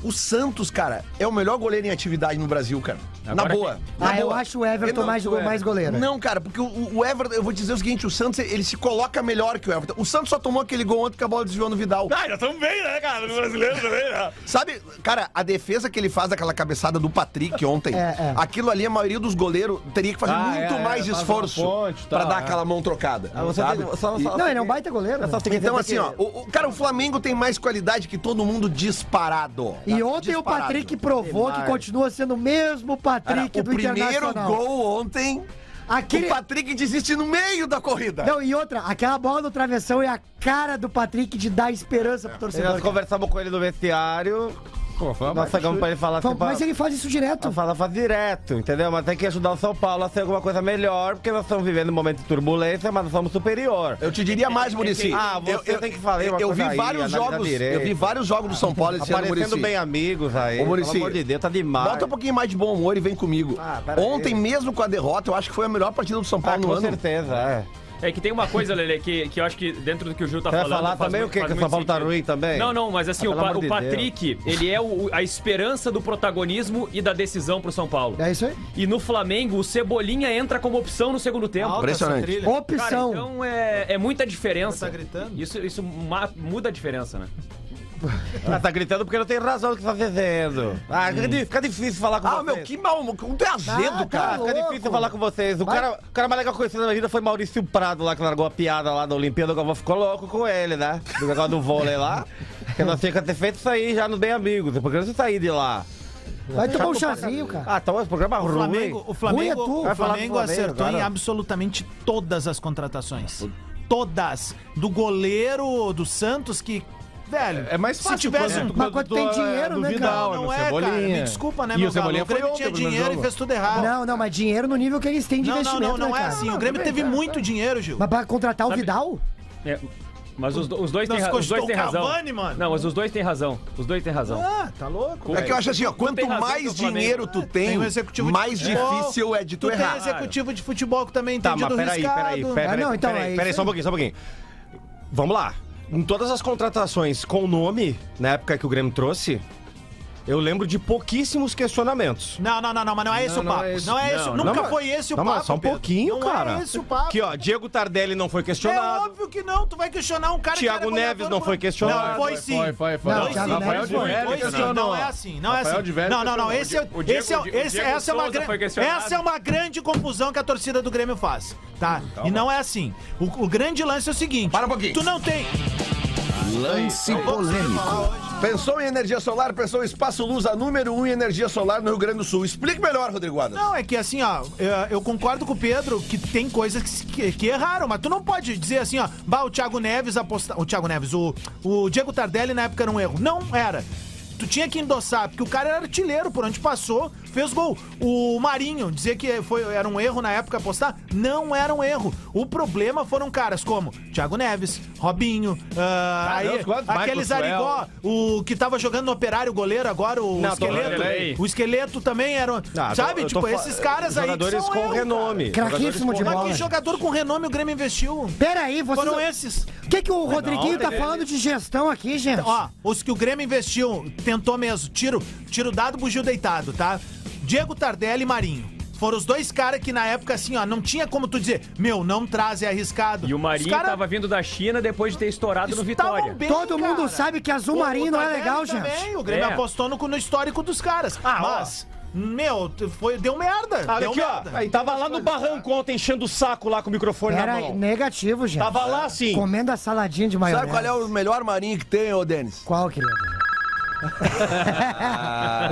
Speaker 2: O Santos, cara, é o melhor goleiro em atividade no Brasil, cara. na
Speaker 8: Agora
Speaker 5: é
Speaker 2: boa. Na
Speaker 3: Ah, eu
Speaker 2: boa.
Speaker 3: acho o Everton
Speaker 2: Não,
Speaker 3: mais,
Speaker 2: tu é.
Speaker 3: mais goleiro.
Speaker 2: Não, cara, porque o, o Everton, eu vou dizer o seguinte: o Santos ele se coloca melhor que o Everton. O Santos só tomou aquele gol ontem que a bola desviou no Vidal.
Speaker 6: Ah, já estamos bem, né, cara? No brasileiro também, né?
Speaker 2: Sabe, cara, a defesa que ele faz daquela cabeçada do Patrick ontem,
Speaker 3: É, é.
Speaker 2: aquilo ali a maioria dos goleiros teria que fazer
Speaker 5: Ah,
Speaker 2: muito
Speaker 5: é, é,
Speaker 2: mais
Speaker 5: faz uma
Speaker 2: esforço
Speaker 5: ponte e
Speaker 2: pra
Speaker 5: tal,
Speaker 2: dar
Speaker 5: é.
Speaker 2: aquela mão trocada.
Speaker 11: Ah, você
Speaker 2: sabe?
Speaker 11: tem- só-
Speaker 2: E-
Speaker 11: só-
Speaker 3: Não, ele é um baita goleiro.
Speaker 9: Tá,
Speaker 11: Eu só tenho que
Speaker 2: Então, assim,
Speaker 11: dizer
Speaker 2: ó,
Speaker 11: que-
Speaker 2: o, o- cara, o Flamengo tem mais qualidade que todo mundo disparado.
Speaker 3: E ontem o
Speaker 2: tá Disparado.
Speaker 3: Patrick provou que continua sendo o mesmo
Speaker 2: Cara,
Speaker 3: Patrick
Speaker 2: o
Speaker 3: do
Speaker 2: primeiro
Speaker 3: Internacional.
Speaker 2: gol ontem,
Speaker 3: Aquele...
Speaker 2: o Patrick desiste no meio da corrida.
Speaker 3: Não, e outra, aquela bola do travessão é a cara do Patrick de dar esperança
Speaker 2: É.
Speaker 3: pro torcedor.
Speaker 11: Nós conversamos com ele no vestiário.
Speaker 5: Pô, foi uma
Speaker 11: Nós sacamos pra ele falar
Speaker 3: Fala,
Speaker 11: assim, pra-
Speaker 3: Mas ele faz isso direto.
Speaker 11: pra falar faz direto, entendeu? Mas tem que ajudar o São Paulo a ser alguma coisa melhor, porque nós estamos vivendo um momento de turbulência, mas nós somos superior.
Speaker 2: Eu te diria mais, Murici.
Speaker 11: Ah, você tem que falar
Speaker 2: Eu,
Speaker 11: uma
Speaker 2: eu
Speaker 11: coisa
Speaker 2: vi
Speaker 11: aí,
Speaker 2: vários
Speaker 11: analisar
Speaker 2: jogos.
Speaker 11: direito.
Speaker 2: Eu vi vários jogos do São Paulo esse ano,
Speaker 11: Aparecendo
Speaker 2: Murici.
Speaker 11: bem amigos aí.
Speaker 2: Ô, Muricy,
Speaker 11: pelo amor de Deus, tá demais.
Speaker 2: Bota um pouquinho mais de bom humor e vem comigo.
Speaker 11: Ah, pera aí.
Speaker 2: Ontem, mesmo com a derrota, eu acho que foi a melhor partida do São
Speaker 11: ah,
Speaker 2: Paulo no
Speaker 11: com
Speaker 2: ano.
Speaker 11: certeza, é.
Speaker 8: É que tem uma coisa, Lele, que, que eu acho que dentro do que o Gil tá
Speaker 11: Você vai
Speaker 8: falando.
Speaker 11: falar
Speaker 8: faz
Speaker 11: também
Speaker 8: muito-
Speaker 11: o quê?
Speaker 8: faz
Speaker 11: Que o
Speaker 8: muito
Speaker 11: São Paulo tá
Speaker 8: sentido.
Speaker 11: ruim também?
Speaker 8: Não, não, mas assim,
Speaker 11: Ah,
Speaker 8: o,
Speaker 11: pelo
Speaker 8: Pa-
Speaker 11: amor
Speaker 8: o
Speaker 11: de
Speaker 8: Patrick, ele é o- a esperança do protagonismo e da decisão pro São Paulo.
Speaker 3: É isso aí.
Speaker 8: E no Flamengo, o Cebolinha entra como opção no segundo tempo.
Speaker 4: Alta
Speaker 2: Impressionante.
Speaker 4: essa trilha.
Speaker 8: Cara,
Speaker 3: Opção.
Speaker 8: então é, é muita diferença.
Speaker 4: Tá gritando?
Speaker 8: Isso, isso ma- muda a diferença, né?
Speaker 11: Ah, tá gritando porque não tem razão do que tá dizendo. Ah, fica di- fica difícil falar com
Speaker 2: Hum. Ah,
Speaker 11: vocês.
Speaker 2: meu, que mal. Como tu é azedo,
Speaker 3: Ah, tá
Speaker 2: cara.
Speaker 11: Fica difícil falar com vocês. O
Speaker 3: Vai.
Speaker 11: cara, o cara mais legal que eu conheci na minha vida foi Maurício Prado, lá que largou a piada lá da Olimpíada. O Galvão ficou louco com ele, né? Do negócio do vôlei lá. Que nós tinha que ter feito isso aí já no Bem Amigos. Porque você sair de lá.
Speaker 3: Vai tomar um chazinho, cara.
Speaker 11: Ah, então é um programa
Speaker 4: O
Speaker 11: ruim.
Speaker 4: Flamengo, o
Speaker 3: Ruim é
Speaker 4: Flamengo,
Speaker 3: tu.
Speaker 4: o
Speaker 11: Vai falar do
Speaker 4: Flamengo
Speaker 11: Flamengo
Speaker 4: acertou em
Speaker 11: agora?
Speaker 4: absolutamente todas as contratações. Todas. Do goleiro do Santos que. Velho,
Speaker 5: É mais fácil
Speaker 4: se tivesse
Speaker 5: quando-
Speaker 4: um.
Speaker 3: Mas quando tem dinheiro, né,
Speaker 5: Vidal,
Speaker 4: Não,
Speaker 5: no
Speaker 4: não é,
Speaker 5: Cebolinha.
Speaker 4: cara. Me desculpa, né,
Speaker 5: E
Speaker 4: meu
Speaker 5: o
Speaker 4: galo?
Speaker 5: Cebolinha
Speaker 4: O Grêmio
Speaker 5: foi
Speaker 4: tinha
Speaker 5: ontem no
Speaker 4: dinheiro e
Speaker 5: jogo.
Speaker 4: fez tudo errado.
Speaker 3: Não, não, mas dinheiro no nível que eles têm de
Speaker 4: não, não,
Speaker 3: investimento,
Speaker 4: não, não
Speaker 3: né,
Speaker 4: é
Speaker 3: cara?
Speaker 4: assim. O Grêmio teve muito dinheiro, Gil.
Speaker 3: Mas pra contratar o Vidal?
Speaker 8: É, mas os, do- os dois
Speaker 4: Não,
Speaker 8: têm ra-
Speaker 4: se
Speaker 8: os dois têm
Speaker 4: custou o
Speaker 8: razão.
Speaker 4: Cavani, mano.
Speaker 8: Não, mas os dois têm razão. Os dois têm razão.
Speaker 4: Ah, tá louco?
Speaker 2: É que eu acho assim, ó, quanto
Speaker 8: tem razão
Speaker 2: mais
Speaker 8: do Flamengo.
Speaker 2: dinheiro tu tem,
Speaker 4: um executivo de
Speaker 2: mais
Speaker 4: futebol,
Speaker 2: difícil é de tu,
Speaker 4: tem
Speaker 2: errar.
Speaker 4: executivo de futebol que também
Speaker 10: Tá,
Speaker 4: entende
Speaker 10: mas
Speaker 4: do
Speaker 10: peraí,
Speaker 4: riscado.
Speaker 10: peraí, peraí,
Speaker 3: Ah,
Speaker 10: peraí.
Speaker 3: não, então, é
Speaker 10: peraí,
Speaker 3: isso
Speaker 10: peraí, só um
Speaker 3: aí.
Speaker 10: pouquinho, só um pouquinho. Vamos lá. Em todas as contratações com nome, na época que o Grêmio trouxe, eu lembro de pouquíssimos questionamentos.
Speaker 4: Não, não, não, não, mas não é esse
Speaker 5: Não,
Speaker 4: o
Speaker 5: não
Speaker 4: papo.
Speaker 5: é esse.
Speaker 4: Não é esse,
Speaker 5: Não,
Speaker 4: nunca
Speaker 10: não, mas-
Speaker 4: foi esse o
Speaker 10: não,
Speaker 4: papo.
Speaker 10: mas só um
Speaker 4: Pedro.
Speaker 10: pouquinho,
Speaker 4: não
Speaker 10: cara.
Speaker 4: é esse o papo.
Speaker 10: Aqui, ó, Diego Tardelli não foi
Speaker 4: É
Speaker 10: questionado.
Speaker 4: óbvio que não, tu vai questionar um cara
Speaker 10: Thiago
Speaker 4: que era goleador
Speaker 10: Neves
Speaker 4: no
Speaker 10: não foi
Speaker 4: Brasil.
Speaker 10: questionado.
Speaker 4: Não, foi sim.
Speaker 5: Foi, foi, foi.
Speaker 3: Não,
Speaker 4: Foi sim,
Speaker 3: Thiago
Speaker 4: foi
Speaker 3: Neves
Speaker 4: sim,
Speaker 3: foi.
Speaker 4: foi sim.
Speaker 5: Rafael de Velho
Speaker 4: Não é assim, não é
Speaker 5: Rafael
Speaker 4: assim.
Speaker 5: de Velho
Speaker 4: Não, não, não,
Speaker 5: questionou.
Speaker 4: esse é
Speaker 8: O Diego-
Speaker 4: esse é-
Speaker 8: o Diego
Speaker 4: esse- essa é uma
Speaker 8: Souza
Speaker 4: grande
Speaker 8: foi questionado.
Speaker 4: essa é uma grande confusão que a torcida do Grêmio faz, tá? E não é assim. O, o grande lance é o seguinte.
Speaker 2: Para um pouquinho.
Speaker 4: Tu não tem.
Speaker 2: Lance Pensou em energia solar, pensou em espaço luz, a número 1 um em energia solar no Rio Grande do Sul. Explique melhor, Rodrigo Adas.
Speaker 4: Não, é que assim, ó, eu- eu concordo com o Pedro que tem coisas que, se- que, que erraram, mas tu não pode dizer assim, ó, bah, o Thiago Neves apostar. O Thiago Neves, o, o Diego Tardelli na época era um erro. Não era. Tu tinha que endossar, porque o cara era artilheiro, por onde passou, fez gol. O Marinho, dizer que foi, era um erro na época apostar, não era um erro. O problema foram caras como Thiago Neves, Robinho, ah,
Speaker 5: Ah,
Speaker 4: aí,
Speaker 5: Deus, quanto-
Speaker 4: aquele
Speaker 5: Michael
Speaker 4: Zarigó, o que tava jogando no operário, o goleiro agora, o
Speaker 10: Não, tô-
Speaker 4: esqueleto.
Speaker 8: peraí.
Speaker 4: O esqueleto também era.
Speaker 10: Ah,
Speaker 4: Sabe?
Speaker 10: eu tô
Speaker 4: tipo,
Speaker 10: fa-
Speaker 4: esses caras aí.
Speaker 10: Jogadores
Speaker 4: que são
Speaker 10: com
Speaker 4: eu,
Speaker 10: renome.
Speaker 3: Craquíssimo de
Speaker 4: cara. Mas que
Speaker 3: bola.
Speaker 4: é jogador com renome o Grêmio investiu?
Speaker 3: Pera aí, vocês...
Speaker 4: Foram esses.
Speaker 3: O que, que o Rodriguinho tá falando de gestão aqui, gente?
Speaker 4: Ó, os que o Grêmio investiu, tentou mesmo. Tiro, tiro dado, bugio deitado, tá? Diego Tardelli e Marinho. Foram os dois caras que na época, assim, ó, não tinha como tu dizer, meu, não traz, é arriscado.
Speaker 8: E o Marinho
Speaker 4: Os cara
Speaker 8: tava vindo da China depois de ter estourado no
Speaker 4: estavam
Speaker 8: Vitória.
Speaker 4: bem,
Speaker 3: Todo mundo
Speaker 4: cara.
Speaker 3: sabe que
Speaker 4: O-
Speaker 3: azul
Speaker 4: o
Speaker 3: marinho não é
Speaker 4: Tardelli
Speaker 3: legal,
Speaker 4: também,
Speaker 3: gente.
Speaker 4: O Grêmio
Speaker 8: É.
Speaker 4: apostou no, no histórico dos caras. mas Meu, tu- foi, deu merda.
Speaker 11: Olha
Speaker 4: deu
Speaker 11: aqui,
Speaker 4: merda.
Speaker 11: ó. Tava lá no barranco ontem enchendo o saco lá com o microfone na
Speaker 3: Era
Speaker 11: mão.
Speaker 3: negativo, gente.
Speaker 11: Tava lá, sim.
Speaker 3: Comendo a saladinha de maionese.
Speaker 2: Sabe qual é o melhor marinho que tem, ô Denis?
Speaker 3: Qual, querido?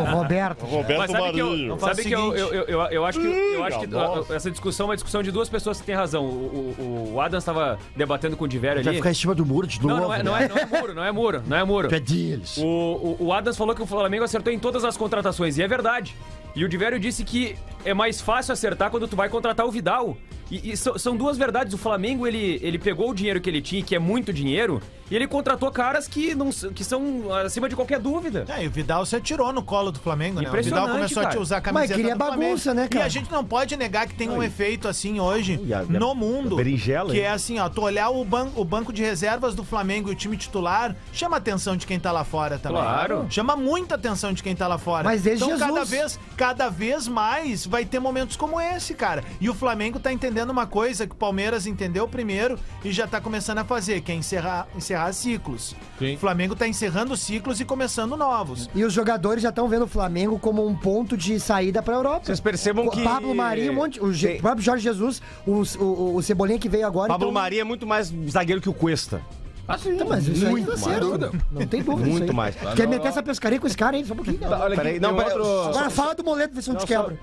Speaker 3: o Roberto.
Speaker 8: Mas sabe que eu,
Speaker 6: Marinho.
Speaker 8: sabe que eu, eu, eu, eu- eu acho que, eu acho que
Speaker 6: Ih, nossa.
Speaker 8: essa discussão é uma discussão de duas pessoas que têm razão. O, o, o Adams estava debatendo com o Diverio ali.
Speaker 12: Vai ficar em cima do muro de novo.
Speaker 8: Não, não é,
Speaker 10: né?
Speaker 8: não,
Speaker 5: né?
Speaker 8: é, não é muro, não é muro, não é muro.
Speaker 12: Tu é deles.
Speaker 8: O, o, o Adams falou que o Flamengo acertou em todas as contratações, e é verdade. E o Diverio disse que é mais fácil acertar quando tu vai contratar o Vidal. E, e so- são duas verdades. O Flamengo, ele, ele pegou o dinheiro que ele tinha, que é muito dinheiro, e ele contratou caras que, não, s- que são acima de qualquer dúvida.
Speaker 4: É, e o Vidal se atirou no colo do Flamengo, né? O Vidal
Speaker 8: Impressionante,
Speaker 4: começou a te
Speaker 8: cara.
Speaker 4: usar a
Speaker 8: Mas
Speaker 4: camiseta
Speaker 3: queria
Speaker 4: do Flamengo.
Speaker 3: bagunça, né, cara?
Speaker 4: E a gente não pode negar que tem um efeito assim hoje
Speaker 12: E a- e a-
Speaker 4: no mundo.
Speaker 12: a berinjela,
Speaker 4: que
Speaker 12: hein?
Speaker 4: é assim, ó, tu olhar o, ban o banco de reservas do Flamengo e o time titular, chama a atenção de quem tá lá fora também.
Speaker 8: Claro.
Speaker 4: Chama muita atenção de quem tá lá fora.
Speaker 3: Mas desde
Speaker 4: então, cada
Speaker 3: Jesus.
Speaker 4: vez, cada vez mais vai ter momentos como esse, cara. E o Flamengo tá entendendo uma coisa que o Palmeiras entendeu primeiro e já tá começando a fazer, que é encerrar, encerrar ciclos.
Speaker 5: Sim.
Speaker 4: O Flamengo tá encerrando ciclos e começando novos.
Speaker 3: E os jogadores já estão vendo o Flamengo como um ponto de saída pra Europa.
Speaker 11: Vocês percebam
Speaker 3: O
Speaker 11: que-
Speaker 3: Pablo Marinho, um monte, o, Je-
Speaker 11: Tem-
Speaker 3: o próprio Jorge Jesus, o, o, o Cebolinha que veio agora.
Speaker 11: Pablo
Speaker 3: então-
Speaker 11: Maria é muito mais zagueiro que o Cuesta.
Speaker 3: Então, mas isso aí
Speaker 11: Muito
Speaker 3: tá
Speaker 11: mais.
Speaker 3: certo. Não tem dúvida.
Speaker 11: Muito
Speaker 3: isso aí.
Speaker 11: mais.
Speaker 3: Quer meter essa pescaria com esse cara aí? Só um pouquinho.
Speaker 11: Tá, olha aqui,
Speaker 10: Peraí,
Speaker 11: não,
Speaker 10: tem
Speaker 11: peraí,
Speaker 10: outro-
Speaker 11: só-
Speaker 3: Agora fala do moleto, vê se não te
Speaker 11: Não,
Speaker 3: quebra.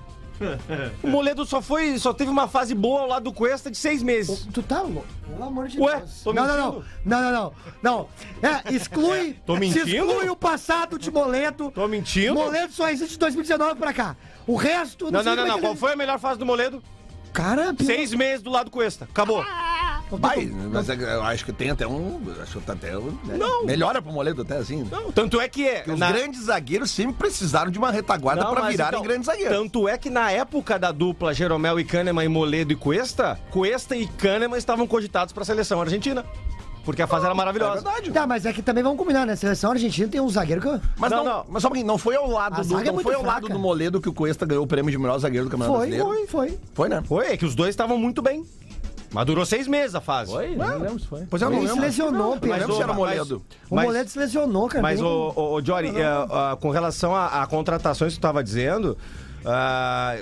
Speaker 11: O Moledo só foi, só teve uma fase boa ao lado do Cuesta de seis meses.
Speaker 3: Tu tá louco? Pelo amor de
Speaker 11: Ué,
Speaker 3: Deus.
Speaker 11: tô
Speaker 3: não, não, não,
Speaker 11: mentindo?
Speaker 3: não, não, não, não. É, exclui.
Speaker 11: Tô
Speaker 3: se
Speaker 11: mentindo?
Speaker 3: exclui o passado de Moleto.
Speaker 11: Tô mentindo?
Speaker 3: Moleto só existe de 2019 pra cá. O resto.
Speaker 11: Não,
Speaker 3: sei
Speaker 11: não, não,
Speaker 3: como é
Speaker 11: não.
Speaker 3: que
Speaker 11: Qual
Speaker 3: ele-
Speaker 11: foi a melhor fase do Moledo?
Speaker 3: Cara, pelo-
Speaker 11: Seis meses do lado do Cuesta. Acabou.
Speaker 2: Vai, mas é que eu acho que tem até um. Acho que tá até um. né?
Speaker 11: Não.
Speaker 2: Melhora pro Moledo até assim. né?
Speaker 11: Tanto é que é.
Speaker 2: Porque os
Speaker 11: na-
Speaker 2: grandes zagueiros sempre precisaram de uma retaguarda
Speaker 11: Não,
Speaker 2: pra
Speaker 11: mas
Speaker 2: virarem
Speaker 11: então,
Speaker 2: grandes zagueiros.
Speaker 11: Tanto é que na época da dupla Jeromel e Kahneman e Moledo e Cuesta, Cuesta e Kahneman estavam cogitados pra seleção argentina. Porque a fase era maravilhosa.
Speaker 2: É verdade.
Speaker 3: Tá, mas é que também vamos combinar, né? Seleção argentina tem um zagueiro que.
Speaker 2: Mas não,
Speaker 11: Não, não.
Speaker 2: mas só um pouquinho, não foi ao lado
Speaker 3: A
Speaker 2: do,
Speaker 3: zaga é
Speaker 2: não
Speaker 3: muito
Speaker 2: foi ao lado
Speaker 3: fraca.
Speaker 2: do Moledo que o Cuesta ganhou o prêmio de melhor zagueiro do Campeonato
Speaker 3: Foi,
Speaker 2: Brasileiro.
Speaker 3: foi, foi.
Speaker 2: Foi, né?
Speaker 11: Foi, é que os dois estavam muito bem. Mas durou seis meses a fase. né?
Speaker 5: Foi? Não lembro se foi.
Speaker 2: Pois é, eu não
Speaker 3: Ele se
Speaker 2: lembro.
Speaker 3: lesionou,
Speaker 2: Eu lembro
Speaker 3: Pedro.
Speaker 2: se era o
Speaker 11: um mas-
Speaker 2: Moledo.
Speaker 3: O
Speaker 11: mas-
Speaker 3: Moleto se lesionou, cara.
Speaker 11: Mas,
Speaker 3: É bem-
Speaker 11: o, o, Jory, eh, ah, com relação a, a contratações que tu tava dizendo, ah,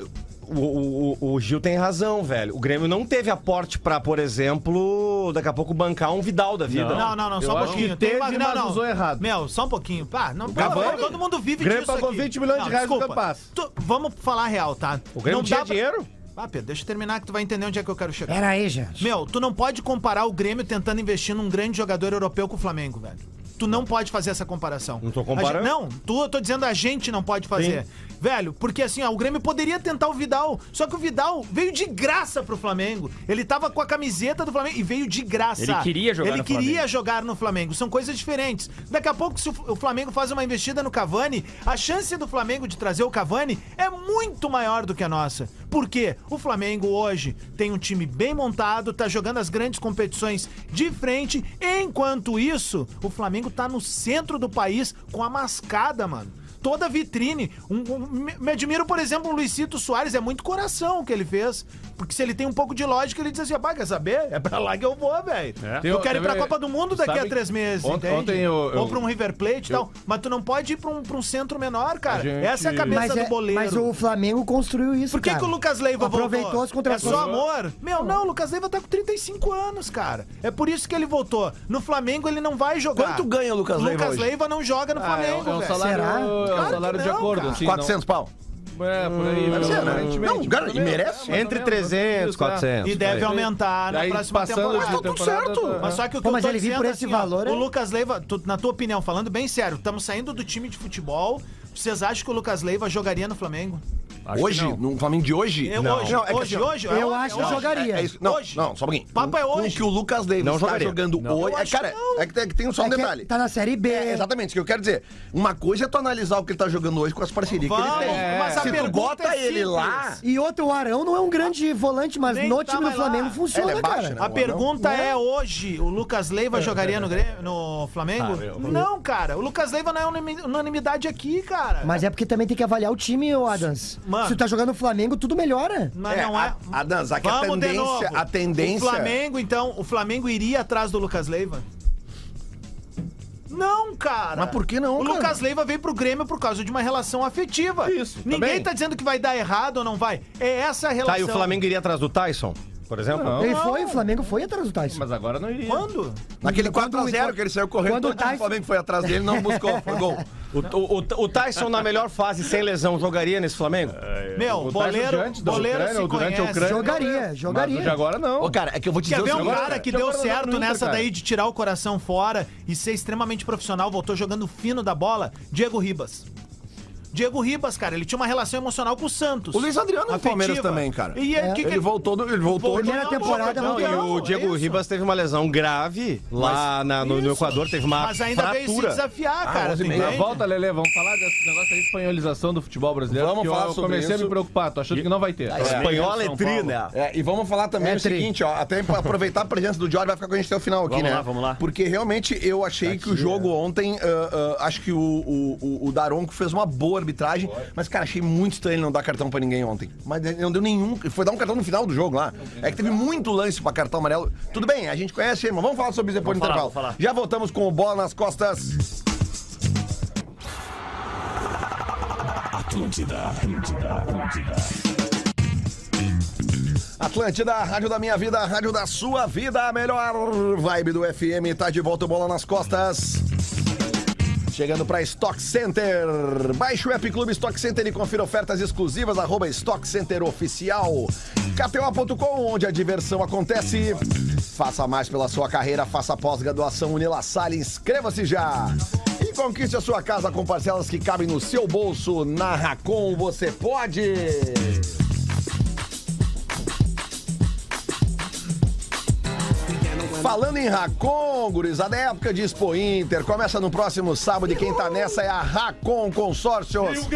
Speaker 11: o, o- o Gil tem razão, velho. O Grêmio não teve aporte pra, por exemplo, daqui a pouco bancar um Vidal da vida.
Speaker 4: Não, não, não, só
Speaker 5: Eu
Speaker 4: um
Speaker 5: acho
Speaker 4: pouquinho.
Speaker 5: que teve,
Speaker 4: uma-
Speaker 5: mas usou errado.
Speaker 4: Meu, só um pouquinho. Pá, não, pelo
Speaker 11: Cavani?
Speaker 4: amor, todo mundo vive
Speaker 5: Grêmio
Speaker 4: disso
Speaker 5: pagou
Speaker 4: aqui.
Speaker 5: 20 milhões de reais no
Speaker 4: desculpa.
Speaker 5: Campas.
Speaker 4: Tu- Vamos falar real, tá?
Speaker 11: O Grêmio
Speaker 4: Não
Speaker 11: tinha
Speaker 4: dá pra-
Speaker 11: dinheiro?
Speaker 4: Ah, Pedro, deixa eu terminar que tu vai entender onde é que eu quero chegar.
Speaker 3: Pera aí, gente.
Speaker 4: Meu, tu não pode comparar o Grêmio tentando investir num grande jogador europeu com o Flamengo, velho. Tu não pode fazer essa comparação.
Speaker 11: Não tô comparando.
Speaker 4: A gente- não, tu, eu tô dizendo a gente não pode fazer. Velho, porque assim, ó, o Grêmio poderia tentar o Vidal, só que o Vidal veio de graça pro Flamengo. Ele tava com a camiseta do Flamengo e veio de graça.
Speaker 8: Ele queria jogar
Speaker 4: Ele
Speaker 8: no
Speaker 4: queria
Speaker 8: Flamengo.
Speaker 4: jogar no Flamengo. São coisas diferentes. Daqui a pouco, se o o Flamengo faz uma investida no Cavani, a chance do Flamengo de trazer o Cavani é muito maior do que a nossa. Por quê? O Flamengo hoje tem um time bem montado, tá jogando as grandes competições de frente. Enquanto isso, o Flamengo tá no centro do país com a mascada, mano toda a vitrine. Um- um- me, me admiro, por exemplo, o Luicito Soares, é muito coração o que ele fez. Porque se ele tem um pouco de lógica, ele diz assim: "Pá, quer saber? É pra lá que eu vou, velho.
Speaker 5: Tem
Speaker 4: Eu
Speaker 5: o-
Speaker 4: quero ir pra
Speaker 5: teve-
Speaker 4: Copa do Mundo daqui
Speaker 5: sabe
Speaker 4: a três meses,
Speaker 5: ont-
Speaker 4: entende?
Speaker 5: ontem eu-
Speaker 4: Ou
Speaker 5: eu-
Speaker 4: pra um River Plate e tal. Mas tu não pode ir pra um, pra um centro menor, cara.
Speaker 5: A gente-
Speaker 4: Essa é a cabeça
Speaker 3: Mas,
Speaker 4: do
Speaker 3: é-
Speaker 4: boleiro.
Speaker 3: mas o Flamengo construiu isso.
Speaker 4: Por que,
Speaker 3: cara.
Speaker 4: que o Lucas Leiva
Speaker 3: Aproveitou
Speaker 4: voltou?
Speaker 3: as contratações.
Speaker 4: É só amor? Meu, não, o Lucas Leiva tá com 35 anos, cara. É por isso que ele voltou. No Flamengo ele não vai jogar.
Speaker 2: Quanto ganha o Lucas
Speaker 4: O
Speaker 2: Leiva
Speaker 4: Lucas
Speaker 2: hoje?
Speaker 4: Leiva não joga no
Speaker 5: Ah, é, é
Speaker 4: Flamengo,
Speaker 5: um
Speaker 4: velho.
Speaker 5: salário,
Speaker 3: Será?
Speaker 5: é um
Speaker 4: Claro
Speaker 5: salário
Speaker 4: que
Speaker 5: de
Speaker 4: não,
Speaker 5: acordo,
Speaker 4: cara.
Speaker 5: assim.
Speaker 2: 400 pau.
Speaker 5: Não, é, por aí.
Speaker 2: Deve ser, né?
Speaker 5: aparentemente,
Speaker 2: Não, cara,
Speaker 5: mais
Speaker 2: e
Speaker 5: ou menos,
Speaker 2: merece.
Speaker 5: é, mais ou
Speaker 11: Entre
Speaker 5: menos,
Speaker 11: 300,
Speaker 5: isso, tá.
Speaker 11: 400.
Speaker 4: E deve
Speaker 5: Aí-
Speaker 4: aumentar na
Speaker 5: aí,
Speaker 4: próxima
Speaker 5: passando
Speaker 4: temporada.
Speaker 5: de temporada, tá-
Speaker 4: Mas só que o que
Speaker 3: Pô,
Speaker 4: eu
Speaker 3: mas
Speaker 4: tô
Speaker 3: ele vir
Speaker 4: dizendo
Speaker 3: por esse
Speaker 4: assim, ó,
Speaker 3: valor,
Speaker 4: o
Speaker 3: é-
Speaker 4: Lucas Leiva, tu- na tua opinião, falando bem sério, estamos saindo do time de futebol. Vocês acham que o Lucas Leiva jogaria no Flamengo?
Speaker 2: hoje, no Flamengo de hoje?
Speaker 4: Eu, Hoje,
Speaker 2: Não, é que
Speaker 4: hoje,
Speaker 2: assim, ó,
Speaker 4: hoje,
Speaker 3: Eu
Speaker 4: é
Speaker 3: acho que
Speaker 4: hoje.
Speaker 3: jogaria.
Speaker 2: É isso. Não,
Speaker 4: Hoje.
Speaker 2: não, só um pouquinho.
Speaker 4: Papo é
Speaker 2: Com-
Speaker 4: hoje.
Speaker 2: Com que o Lucas Davis
Speaker 11: Não
Speaker 2: está
Speaker 11: jogaria.
Speaker 2: jogando hoje. É, cara, é que, tem, que tem só um
Speaker 3: É que
Speaker 2: detalhe.
Speaker 3: tá na Série B.
Speaker 2: É, exatamente, isso que eu quero dizer. Uma coisa é tu analisar o que ele tá jogando hoje com as parcerias
Speaker 4: Vamos,
Speaker 2: que ele tem.
Speaker 4: mas a
Speaker 2: Se tu
Speaker 4: pergunta
Speaker 2: bota
Speaker 4: é
Speaker 2: ele
Speaker 4: simples.
Speaker 2: lá.
Speaker 3: E outro, o Arão não é um grande volante, mas
Speaker 4: Nem
Speaker 3: no
Speaker 4: tá
Speaker 3: time do
Speaker 4: mais lá.
Speaker 3: Flamengo funciona,
Speaker 2: Ele é baixo,
Speaker 3: cara.
Speaker 2: né?
Speaker 4: A
Speaker 2: Não, Ah,
Speaker 4: pergunta
Speaker 3: não.
Speaker 4: é hoje, o Lucas Leiva jogaria no, Grêmio- no Flamengo? não, cara, o Lucas Leiva não é unimi- unanimidade aqui, cara.
Speaker 3: Mas é porque também tem que avaliar o time, ô Adams.
Speaker 4: Mano.
Speaker 3: Se tu tá jogando no Flamengo, tudo melhora.
Speaker 4: Mas
Speaker 2: É,
Speaker 4: não é.
Speaker 2: a- a Danza, que a
Speaker 4: Vamos de
Speaker 2: tendência-
Speaker 4: novo.
Speaker 2: a tendência-
Speaker 4: O Flamengo, então, o Flamengo iria atrás do Lucas Leiva? Não, cara.
Speaker 11: Mas por que não,
Speaker 4: O
Speaker 11: cara?
Speaker 4: Lucas Leiva veio pro Grêmio por causa de uma relação afetiva. Isso. Ninguém
Speaker 11: também.
Speaker 4: tá dizendo que vai dar errado ou não vai. É essa a relação.
Speaker 11: Tá, e o Flamengo iria atrás do Tyson, por exemplo?
Speaker 3: Ele foi, o Flamengo foi atrás do Tyson.
Speaker 5: Mas agora não iria.
Speaker 4: Quando?
Speaker 2: Naquele 4x0 que ele saiu correndo,
Speaker 3: Quando
Speaker 2: todo
Speaker 3: o Tyson-
Speaker 2: o Flamengo foi atrás dele, não buscou, foi gol.
Speaker 11: O, o- o Tyson, na melhor fase, sem lesão, jogaria nesse Flamengo?
Speaker 5: É,
Speaker 4: Meu,
Speaker 5: O Tyson
Speaker 4: boleiro,
Speaker 5: diante da
Speaker 4: boleiro
Speaker 5: Ucrânia,
Speaker 4: se
Speaker 5: ou durante a
Speaker 4: conhece.
Speaker 5: Ucrânia.
Speaker 2: é.
Speaker 3: Jogaria,
Speaker 5: Mas o
Speaker 3: jogaria.
Speaker 5: de agora não.
Speaker 12: Ô, cara, é que eu vou te
Speaker 4: Quer
Speaker 12: dizer
Speaker 4: ver
Speaker 12: o
Speaker 4: um
Speaker 12: seguinte.
Speaker 4: cara que
Speaker 5: Agora
Speaker 4: deu
Speaker 5: não
Speaker 4: certo
Speaker 5: nunca,
Speaker 4: nessa
Speaker 5: cara.
Speaker 4: daí de tirar o coração fora e ser extremamente profissional, voltou jogando fino da bola? Diego Ribas. Diego Ribas, cara, ele tinha uma relação emocional com o Santos.
Speaker 2: O Luiz Adriano no
Speaker 4: Afetiva.
Speaker 2: Palmeiras também, cara.
Speaker 4: E
Speaker 3: É.
Speaker 4: ele, que que
Speaker 2: Ele voltou, do- ele voltou.
Speaker 4: Voltou
Speaker 3: Primeira
Speaker 4: na
Speaker 3: temporada,
Speaker 4: bola,
Speaker 3: não
Speaker 11: E
Speaker 3: deu.
Speaker 11: o
Speaker 4: Não,
Speaker 11: é
Speaker 4: é
Speaker 11: Diego
Speaker 4: Então, isso.
Speaker 11: Ribas teve uma lesão grave lá na- no, no Equador, teve uma
Speaker 4: Mas ainda veio se
Speaker 11: fratura.
Speaker 4: desafiar,
Speaker 2: Ah,
Speaker 4: cara. tu
Speaker 5: Na
Speaker 4: entende?
Speaker 5: volta, Lele, vamos falar desse negócio aí, espanholização do futebol brasileiro.
Speaker 2: Vamos
Speaker 5: que
Speaker 2: falar
Speaker 5: eu
Speaker 2: sobre
Speaker 5: comecei
Speaker 2: isso.
Speaker 5: a me preocupar, tô achando que não vai
Speaker 8: Tá
Speaker 5: ter.
Speaker 12: A espanhola é tri, né?
Speaker 2: É, e vamos falar também
Speaker 3: É,
Speaker 2: o
Speaker 3: tri.
Speaker 2: seguinte, ó, até pra aproveitar a presença do Jorge, vai ficar com a gente até o final aqui,
Speaker 12: Vamos
Speaker 2: né?
Speaker 12: lá, vamos lá. é.
Speaker 2: Porque realmente eu achei que o jogo ontem, ah, ah, acho que o, o, o- o Daronco fez uma boa arbitragem, mas, cara, achei muito estranho ele não dar cartão pra ninguém ontem. Mas ele não deu nenhum, ele foi dar um cartão no final do jogo lá. É que teve muito lance pra cartão amarelo. Tudo bem, a gente conhece, mas vamos falar sobre isso depois do
Speaker 12: Vamos falar,
Speaker 2: intervalo.
Speaker 12: vamos falar.
Speaker 2: Já voltamos com o Bola nas Costas.
Speaker 1: Atlântida, Atlântida, Atlântida.
Speaker 2: Atlântida, a rádio da minha vida, a rádio da sua vida, a melhor vibe do FM, tá de volta o bola nas costas. Chegando para Stock Center. Baixe o app Clube Stock Center e confira ofertas exclusivas. Arroba Stock Center Oficial. KTO.com, onde a diversão acontece. Faça mais pela sua carreira, faça pós-graduação Unilassalle, inscreva-se já. E conquiste a sua casa com parcelas que cabem no seu bolso. Na Racon você pode. Falando em Racon, gurizada, é época de Expo Inter. Começa no próximo sábado e quem tá nessa é a Racon Consórcios.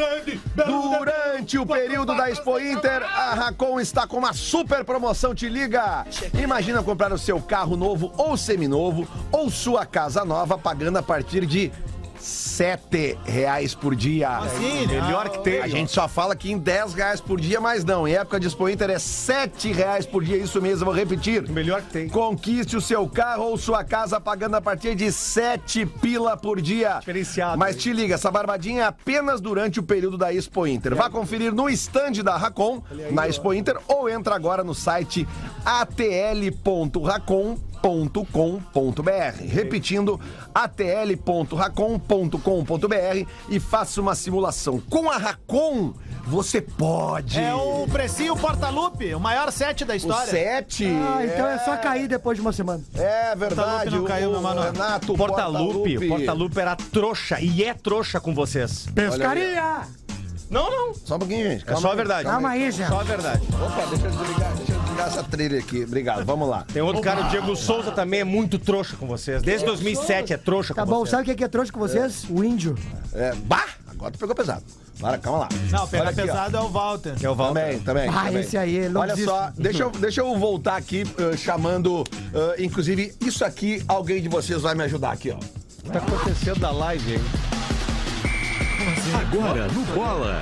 Speaker 2: Durante o período da Expo Inter, a Racon está com uma super promoção. Te liga! Imagina comprar o seu carro novo ou seminovo ou sua casa nova pagando a partir de R$ 7 reais por dia.
Speaker 4: Sim, melhor que
Speaker 2: né? A gente só fala que em 10 reais por dia, mas não. Em época de Expo Inter é 7 reais por dia, é isso mesmo, eu vou repetir. Melhor que tem. Conquiste o seu carro ou sua casa pagando a partir de 7 pila por dia.
Speaker 11: Diferenciado,
Speaker 2: Mas
Speaker 11: hein?
Speaker 2: te liga, essa barbadinha é apenas durante o período da Expo Inter. Vá conferir no stand da Racon, na Expo Inter, ou entra agora no site atl.racon.com.br. Repetindo, atl.racon.com.br É, e faça uma simulação. Com a Racon, você pode.
Speaker 4: É o Precinho Portalupe, o maior set da
Speaker 2: O
Speaker 4: história.
Speaker 2: 7.
Speaker 3: Ah, então é só cair depois de uma semana.
Speaker 2: É verdade,
Speaker 4: Tá não caiu,
Speaker 2: o
Speaker 4: meu mano.
Speaker 2: Renato
Speaker 11: Porta-Lupe, o Porta-Lupe era trouxa e é trouxa com vocês.
Speaker 3: Pescaria!
Speaker 11: Não, não.
Speaker 2: Só um pouquinho, gente.
Speaker 11: É só a verdade.
Speaker 3: Calma aí, gente.
Speaker 11: Só a verdade.
Speaker 2: Opa, deixa eu desligar, deixa eu desligar essa trilha aqui. Obrigado, vamos lá.
Speaker 11: Tem outro cara, o Diego Souza também é muito trouxa com vocês. Desde 2007 é trouxa
Speaker 3: Tá
Speaker 11: com
Speaker 3: bom,
Speaker 11: vocês.
Speaker 3: sabe o que é que é trouxa com vocês? O índio.
Speaker 2: É, bah, agora tu pegou pesado. Para, calma lá.
Speaker 4: Não,
Speaker 2: Olha
Speaker 4: pega
Speaker 2: aqui, ó.
Speaker 4: pesado é o Walter.
Speaker 11: É o Walter.
Speaker 2: Também, também.
Speaker 3: Ah,
Speaker 2: também.
Speaker 3: esse aí, não
Speaker 2: Olha
Speaker 3: desisto.
Speaker 2: só, deixa eu, deixa eu voltar aqui, eh, chamando. eh, inclusive, isso aqui, alguém de vocês vai me ajudar aqui, ó.
Speaker 11: tá acontecendo da live, hein?
Speaker 1: Agora no Bola.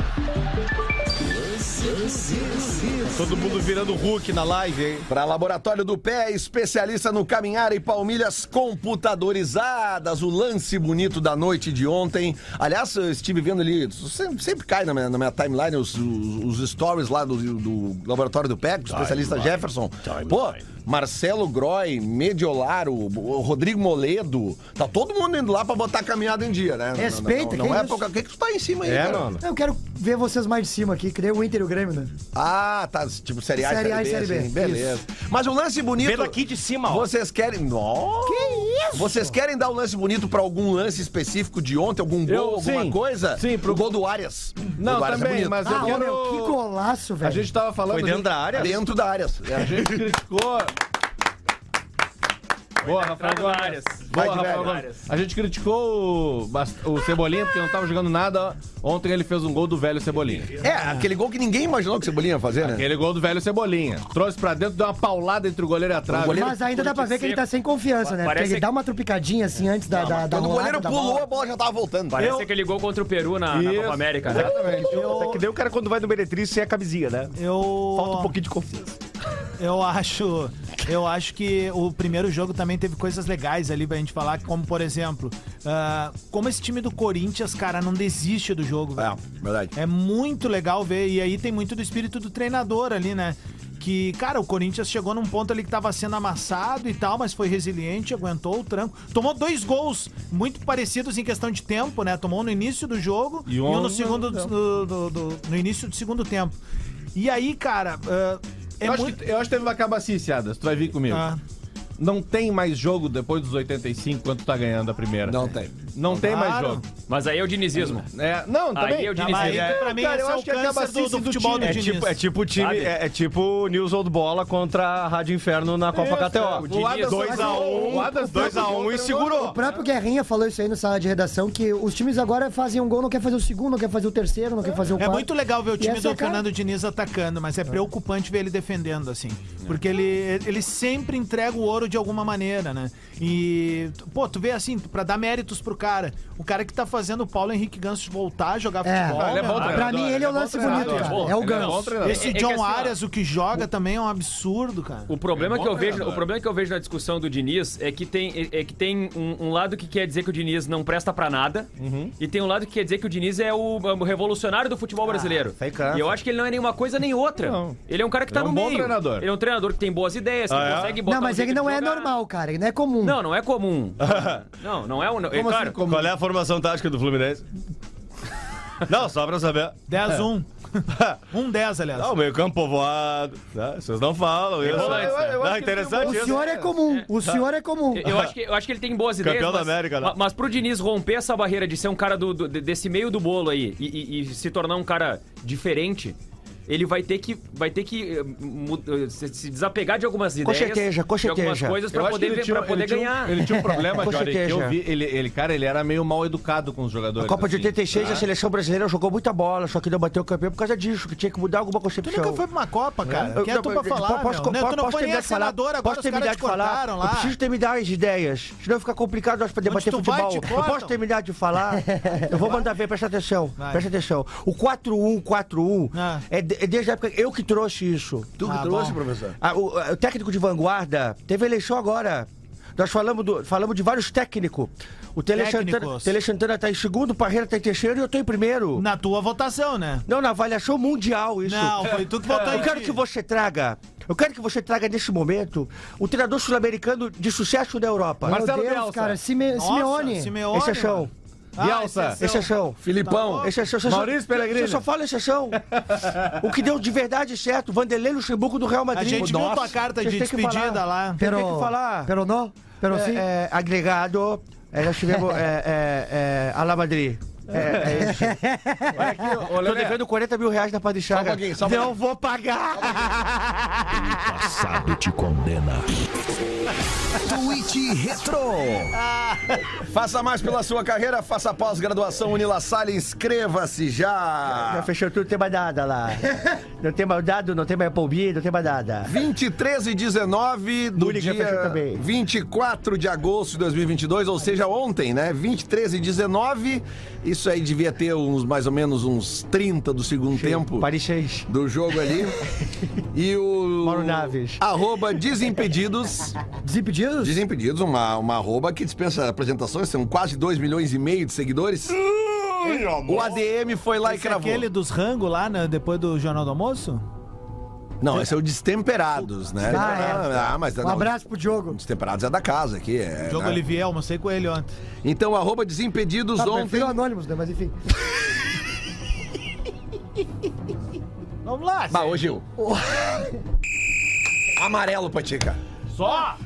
Speaker 11: Todo mundo virando Hulk na live, hein?
Speaker 2: Para Laboratório do Pé, especialista no caminhar e palmilhas computadorizadas. O lance bonito da noite de ontem. Aliás, eu estive vendo ali, sempre, sempre cai na minha, na minha timeline os, os- os stories lá do, do Laboratório do Pé, com o especialista Jefferson. Pô, Marcelo Groy, Mediolaro, o Rodrigo Moledo. Tá todo mundo indo lá para botar a caminhada em dia, né? Não- não-
Speaker 3: Respeita,
Speaker 2: não,
Speaker 3: que
Speaker 2: é
Speaker 3: isso?
Speaker 2: pouca. O que, que tu tá em cima aí,
Speaker 11: É,
Speaker 2: cara?
Speaker 11: mano.
Speaker 3: Eu quero ver vocês mais de cima aqui, que nem o Inter e o Grêmio, né?
Speaker 2: Ah, tá. Tipo, Série A, Série A e Série B.
Speaker 3: Série B.
Speaker 2: assim, beleza. Mas o lance bonito.
Speaker 11: Vê daqui de cima, ó.
Speaker 2: Vocês querem. Nossa! Que isso? Vocês querem dar um lance bonito pra algum lance específico de ontem? Algum gol,
Speaker 5: Eu-
Speaker 2: alguma
Speaker 5: sim,
Speaker 2: coisa?
Speaker 5: sim, pro-
Speaker 2: O gol do Arias. O
Speaker 5: Não,
Speaker 2: do Arias é
Speaker 5: também,
Speaker 2: bonito.
Speaker 5: mas eu
Speaker 3: Ah, ô,
Speaker 5: quero...
Speaker 3: meu, que golaço, velho.
Speaker 5: A gente tava falando...
Speaker 11: Foi
Speaker 5: a
Speaker 11: dentro
Speaker 5: gente-
Speaker 11: da área?
Speaker 2: Dentro da Arias.
Speaker 5: A gente criticou. Boa, Rafael
Speaker 8: Entrada na
Speaker 5: Gomes.
Speaker 8: área.
Speaker 2: Vai
Speaker 5: Boa,
Speaker 2: de
Speaker 5: Rafael
Speaker 2: velho.
Speaker 5: Gomes. A gente criticou o, Bast- o Cebolinha porque não tava jogando nada. Ontem ele fez um gol do velho Cebolinha.
Speaker 2: É, aquele gol que ninguém imaginou que o Cebolinha ia fazer, né?
Speaker 5: Aquele gol do velho Cebolinha. Trouxe pra dentro, deu uma paulada entre o goleiro e a trave.
Speaker 2: goleiro-
Speaker 3: Mas ainda dá pra ver que ele tá sem confiança, né? Porque
Speaker 8: Parece
Speaker 3: ele
Speaker 8: que-
Speaker 3: dá uma trupicadinha assim antes da. da, da
Speaker 2: Quando o
Speaker 3: rolada
Speaker 2: goleiro
Speaker 3: da
Speaker 2: pulou,
Speaker 3: bola.
Speaker 2: a bola já tava voltando.
Speaker 8: Parece aquele gol contra o Peru na, na
Speaker 5: Isso.
Speaker 8: Copa América, né?
Speaker 5: Exatamente.
Speaker 11: É que nem o cara quando vai no Meretriz sem a camisinha, né?
Speaker 4: Eu.
Speaker 11: Falta um pouquinho de confiança.
Speaker 4: eu acho, eu acho que o primeiro jogo também teve coisas legais ali pra gente falar, como por exemplo, ah, como esse time do Corinthians, cara, não desiste do jogo, velho.
Speaker 2: Verdade.
Speaker 4: É muito legal ver. E aí tem muito do espírito do treinador ali, né? Que, cara, o Corinthians chegou num ponto ali que tava sendo amassado e tal, mas foi resiliente, aguentou o tranco. Tomou dois gols muito parecidos em questão de tempo, né? Tomou um no início do jogo e um, no segundo do- do- do- no início do segundo tempo. E aí, cara, ah, é
Speaker 13: eu, acho
Speaker 4: muito.
Speaker 13: que, eu acho que teve uma cabacice, Adas. Tu vai vir comigo.
Speaker 4: Ah.
Speaker 13: Não tem mais jogo depois dos 85 quando tu tá ganhando a primeira. Não tem. Não tem mais
Speaker 8: Claro.
Speaker 13: jogo.
Speaker 8: Mas aí é o dinizismo.
Speaker 13: É, não, também.
Speaker 8: Aí é o
Speaker 13: Tá,
Speaker 8: dinizismo.
Speaker 13: mas é-
Speaker 4: pra mim,
Speaker 13: cara,
Speaker 4: esse
Speaker 13: eu
Speaker 4: é
Speaker 13: acho
Speaker 4: o
Speaker 13: que é a
Speaker 4: câncer do,
Speaker 13: cabacice
Speaker 4: do
Speaker 13: do
Speaker 4: futebol do
Speaker 13: time.
Speaker 11: É
Speaker 4: Diniz.
Speaker 11: tipo, é tipo o time,
Speaker 8: Sabe?
Speaker 11: é, é tipo News Old Bola contra a Rádio Inferno na Copa KTO.
Speaker 13: O Adas-
Speaker 11: 2x1,
Speaker 13: o Adas-
Speaker 11: 2x1 e
Speaker 7: O
Speaker 11: segurou.
Speaker 7: próprio Guerrinha falou isso aí na sala de redação, que os times agora fazem um gol, não quer fazer o segundo, não quer fazer o terceiro, não quer fazer o
Speaker 4: É
Speaker 7: quarto.
Speaker 4: muito legal ver o
Speaker 7: E
Speaker 4: time
Speaker 7: essa
Speaker 4: do
Speaker 7: é a cara.
Speaker 4: Fernando Diniz atacando, mas é preocupante ver ele defendendo, assim. Porque ele, ele sempre entrega o ouro de alguma maneira, né? E, pô, tu vê assim, pra dar méritos pro cara. O cara que tá fazendo o Paulo Henrique Ganso voltar a jogar
Speaker 7: É.
Speaker 4: futebol.
Speaker 13: Ah, ele é bom
Speaker 4: meu,
Speaker 13: treinador,
Speaker 7: Pra mim, ele é o
Speaker 13: bom
Speaker 7: lance
Speaker 13: treinador,
Speaker 7: bonito, cara.
Speaker 13: bom.
Speaker 7: É o
Speaker 13: Ele bom
Speaker 7: Ganso.
Speaker 13: treinador.
Speaker 4: Esse
Speaker 8: É- é que
Speaker 4: John
Speaker 8: assim, ó,
Speaker 4: Arias, o que joga também é um absurdo, cara.
Speaker 8: O problema,
Speaker 13: É um
Speaker 8: que eu
Speaker 13: bom
Speaker 8: vejo,
Speaker 13: treinador.
Speaker 8: o problema que eu vejo na discussão do Diniz é que tem, é, é que tem um, um lado que quer dizer que o Diniz não presta pra nada
Speaker 13: Uhum.
Speaker 8: e tem um lado que quer dizer que o Diniz é o, o revolucionário do
Speaker 13: Ah,
Speaker 8: futebol brasileiro.
Speaker 11: sai cá.
Speaker 8: E eu acho que ele não é nenhuma coisa nem outra.
Speaker 13: Não.
Speaker 8: Ele é um cara que tá
Speaker 13: Ele é um
Speaker 8: no
Speaker 13: bom
Speaker 8: meio.
Speaker 13: treinador. Ah,
Speaker 8: Ele é um treinador que tem boas ideias, que
Speaker 11: é?
Speaker 8: consegue botar
Speaker 7: Não, mas
Speaker 8: um
Speaker 7: ele
Speaker 8: jeito
Speaker 7: não
Speaker 8: de
Speaker 7: é
Speaker 8: jogar.
Speaker 7: normal, cara. Ele não é comum.
Speaker 8: Não, não é comum. não, não é um. é, claro,
Speaker 13: assim,
Speaker 11: Qual é a formação tática do Fluminense? Não, só pra saber.
Speaker 4: 10-1. 1-10, aliás.
Speaker 11: Ah, o meio campo povoado. né? Vocês não falam. Isso.
Speaker 8: volante,
Speaker 11: Eu- eu- eu
Speaker 8: né?
Speaker 11: acho que interessante
Speaker 3: um
Speaker 7: O
Speaker 11: isso.
Speaker 7: senhor é comum. O senhor é comum.
Speaker 8: Eu acho, que, eu acho que ele tem boas ideias.
Speaker 11: Campeão da
Speaker 8: mas-
Speaker 11: América, né?
Speaker 8: ma- Mas pro Diniz romper essa barreira de ser um cara do, do- de- desse meio do bolo aí e, e- e se tornar um cara diferente, ele vai ter que, vai ter que eh, mu- eh, se, se desapegar de algumas ideias.
Speaker 3: queja, coxa
Speaker 8: de algumas
Speaker 3: queja.
Speaker 8: coisas
Speaker 13: Eu
Speaker 8: pra
Speaker 13: acho que
Speaker 8: poder,
Speaker 13: ele
Speaker 8: ver-
Speaker 13: tinha-
Speaker 8: pra poder
Speaker 13: ele tinha um-
Speaker 8: ganhar.
Speaker 13: ele tinha um problema,
Speaker 3: Com
Speaker 13: Jorge, que eu
Speaker 3: certeza.
Speaker 13: vi.
Speaker 11: É,
Speaker 13: Ele, ele- cara, ele era meio mal educado com os jogadores.
Speaker 3: A Copa de
Speaker 13: assim.
Speaker 3: 86, a seleção brasileira jogou muita bola, só que não bateu o campeão por causa disso, que tinha que mudar alguma
Speaker 4: Tu
Speaker 3: concepção.
Speaker 4: nunca foi pra uma Copa, cara.
Speaker 3: Eu-
Speaker 4: Quem é tu pra
Speaker 3: eu-
Speaker 4: falar,
Speaker 3: posso,
Speaker 4: meu?
Speaker 3: posso-
Speaker 4: Tu não
Speaker 3: posso
Speaker 4: foi nem
Speaker 3: terminar de falar?
Speaker 4: senador, agora
Speaker 3: Posso
Speaker 4: os caras
Speaker 3: terminar
Speaker 4: te
Speaker 3: de falar?
Speaker 4: cortaram
Speaker 3: Eu
Speaker 4: lá.
Speaker 3: preciso terminar as ideias, senão fica complicado nós pra debater
Speaker 4: tu vai,
Speaker 3: futebol.
Speaker 4: te
Speaker 3: eu
Speaker 4: cortam.
Speaker 3: posso terminar de falar? eu vou mandar ver, presta atenção,
Speaker 4: Vai.
Speaker 3: presta atenção. O 4-1, 4-1,
Speaker 4: Ah.
Speaker 3: é, de- é desde a época, eu que trouxe isso.
Speaker 2: Tu que
Speaker 4: Ah,
Speaker 2: trouxe,
Speaker 4: bom.
Speaker 2: professor?
Speaker 3: Ah, o, ah, o técnico de vanguarda teve eleição agora. Nós falamos, do- falamos de vários técnicos. O Tele
Speaker 4: Técnicos.
Speaker 3: Santana, Tele Santana tá em segundo, Parreira tá em terceiro e eu tô em primeiro.
Speaker 4: Na tua votação, né?
Speaker 3: Não, na avaliação mundial isso.
Speaker 4: Não, foi tu que votou em
Speaker 3: Eu quero
Speaker 4: ti.
Speaker 3: que você traga. Eu quero que você traga nesse momento o treinador sul-americano de sucesso da Europa.
Speaker 7: Meu
Speaker 13: Marcelo
Speaker 7: Deus,
Speaker 13: Bielsa.
Speaker 7: cara. Sime,
Speaker 4: Nossa,
Speaker 7: Simeone.
Speaker 4: Simeone.
Speaker 3: Esse é show.
Speaker 4: mano. Ah,
Speaker 13: Bielsa.
Speaker 4: é
Speaker 3: Esse é chão.
Speaker 8: Tá
Speaker 2: Filipão.
Speaker 3: Esse é chão.
Speaker 13: Maurício Pellegrini.
Speaker 3: Você só fala esse é chão. o que deu de verdade certo, Vanderlei Luxemburgo do Real
Speaker 4: A
Speaker 3: Madrid.
Speaker 4: gente viu tua carta de
Speaker 3: Vocês têm que falar.
Speaker 4: despedida lá.
Speaker 3: Tem que falar.
Speaker 7: Pero não? Pero sim?
Speaker 3: É, é, agregado, é, nós tivemos é, é, é, a La Madrid. É, é isso.
Speaker 13: Olha aqui, ô,
Speaker 3: Tô
Speaker 13: Lelé.
Speaker 3: devendo 40 mil reais na Padichaga. Não vou pagar!
Speaker 14: Passado te condena. Tweet Retro.
Speaker 2: Faça mais pela sua carreira, faça pós-graduação Unila Salle, inscreva-se
Speaker 3: Já
Speaker 2: já.
Speaker 3: fechou tudo, não tem mais nada lá. Não tem mais dado, não tem mais Pombi, não tem mais nada.
Speaker 2: 23 e 19 do
Speaker 3: Uni já fechou
Speaker 2: dia
Speaker 3: também.
Speaker 2: 24 de agosto de 2022, ou seja, ontem, né? 23 e 19. Isso aí devia ter uns mais ou menos uns 30 do segundo tempo
Speaker 3: Paris 6.
Speaker 2: do jogo ali. E o
Speaker 3: Mauro Naves.
Speaker 2: arroba Desimpedidos
Speaker 7: Desimpedidos?
Speaker 2: Desimpedidos, uma, uma arroba que dispensa apresentações, são quase 2 milhões e meio de seguidores. o ADM foi lá e
Speaker 4: Esse é
Speaker 2: cravou.
Speaker 4: aquele dos rangos lá, né, depois do Jornal do Almoço?
Speaker 2: Não, esse é o Destemperados, né?
Speaker 7: Ah, é.
Speaker 2: Ah, mas
Speaker 7: Um
Speaker 2: não,
Speaker 7: abraço pro Diogo.
Speaker 2: Destemperados é da casa aqui. É,
Speaker 4: Jogo
Speaker 2: né?
Speaker 4: Olivier, almocei com ele ontem.
Speaker 2: Então, arroba Desimpedidos
Speaker 7: Ah,
Speaker 2: ontem.
Speaker 7: prefiro Anônimos, né? Mas enfim.
Speaker 4: Vamos lá,
Speaker 2: Bah, Ah, ô Gil. Amarelo, Patica.
Speaker 4: só!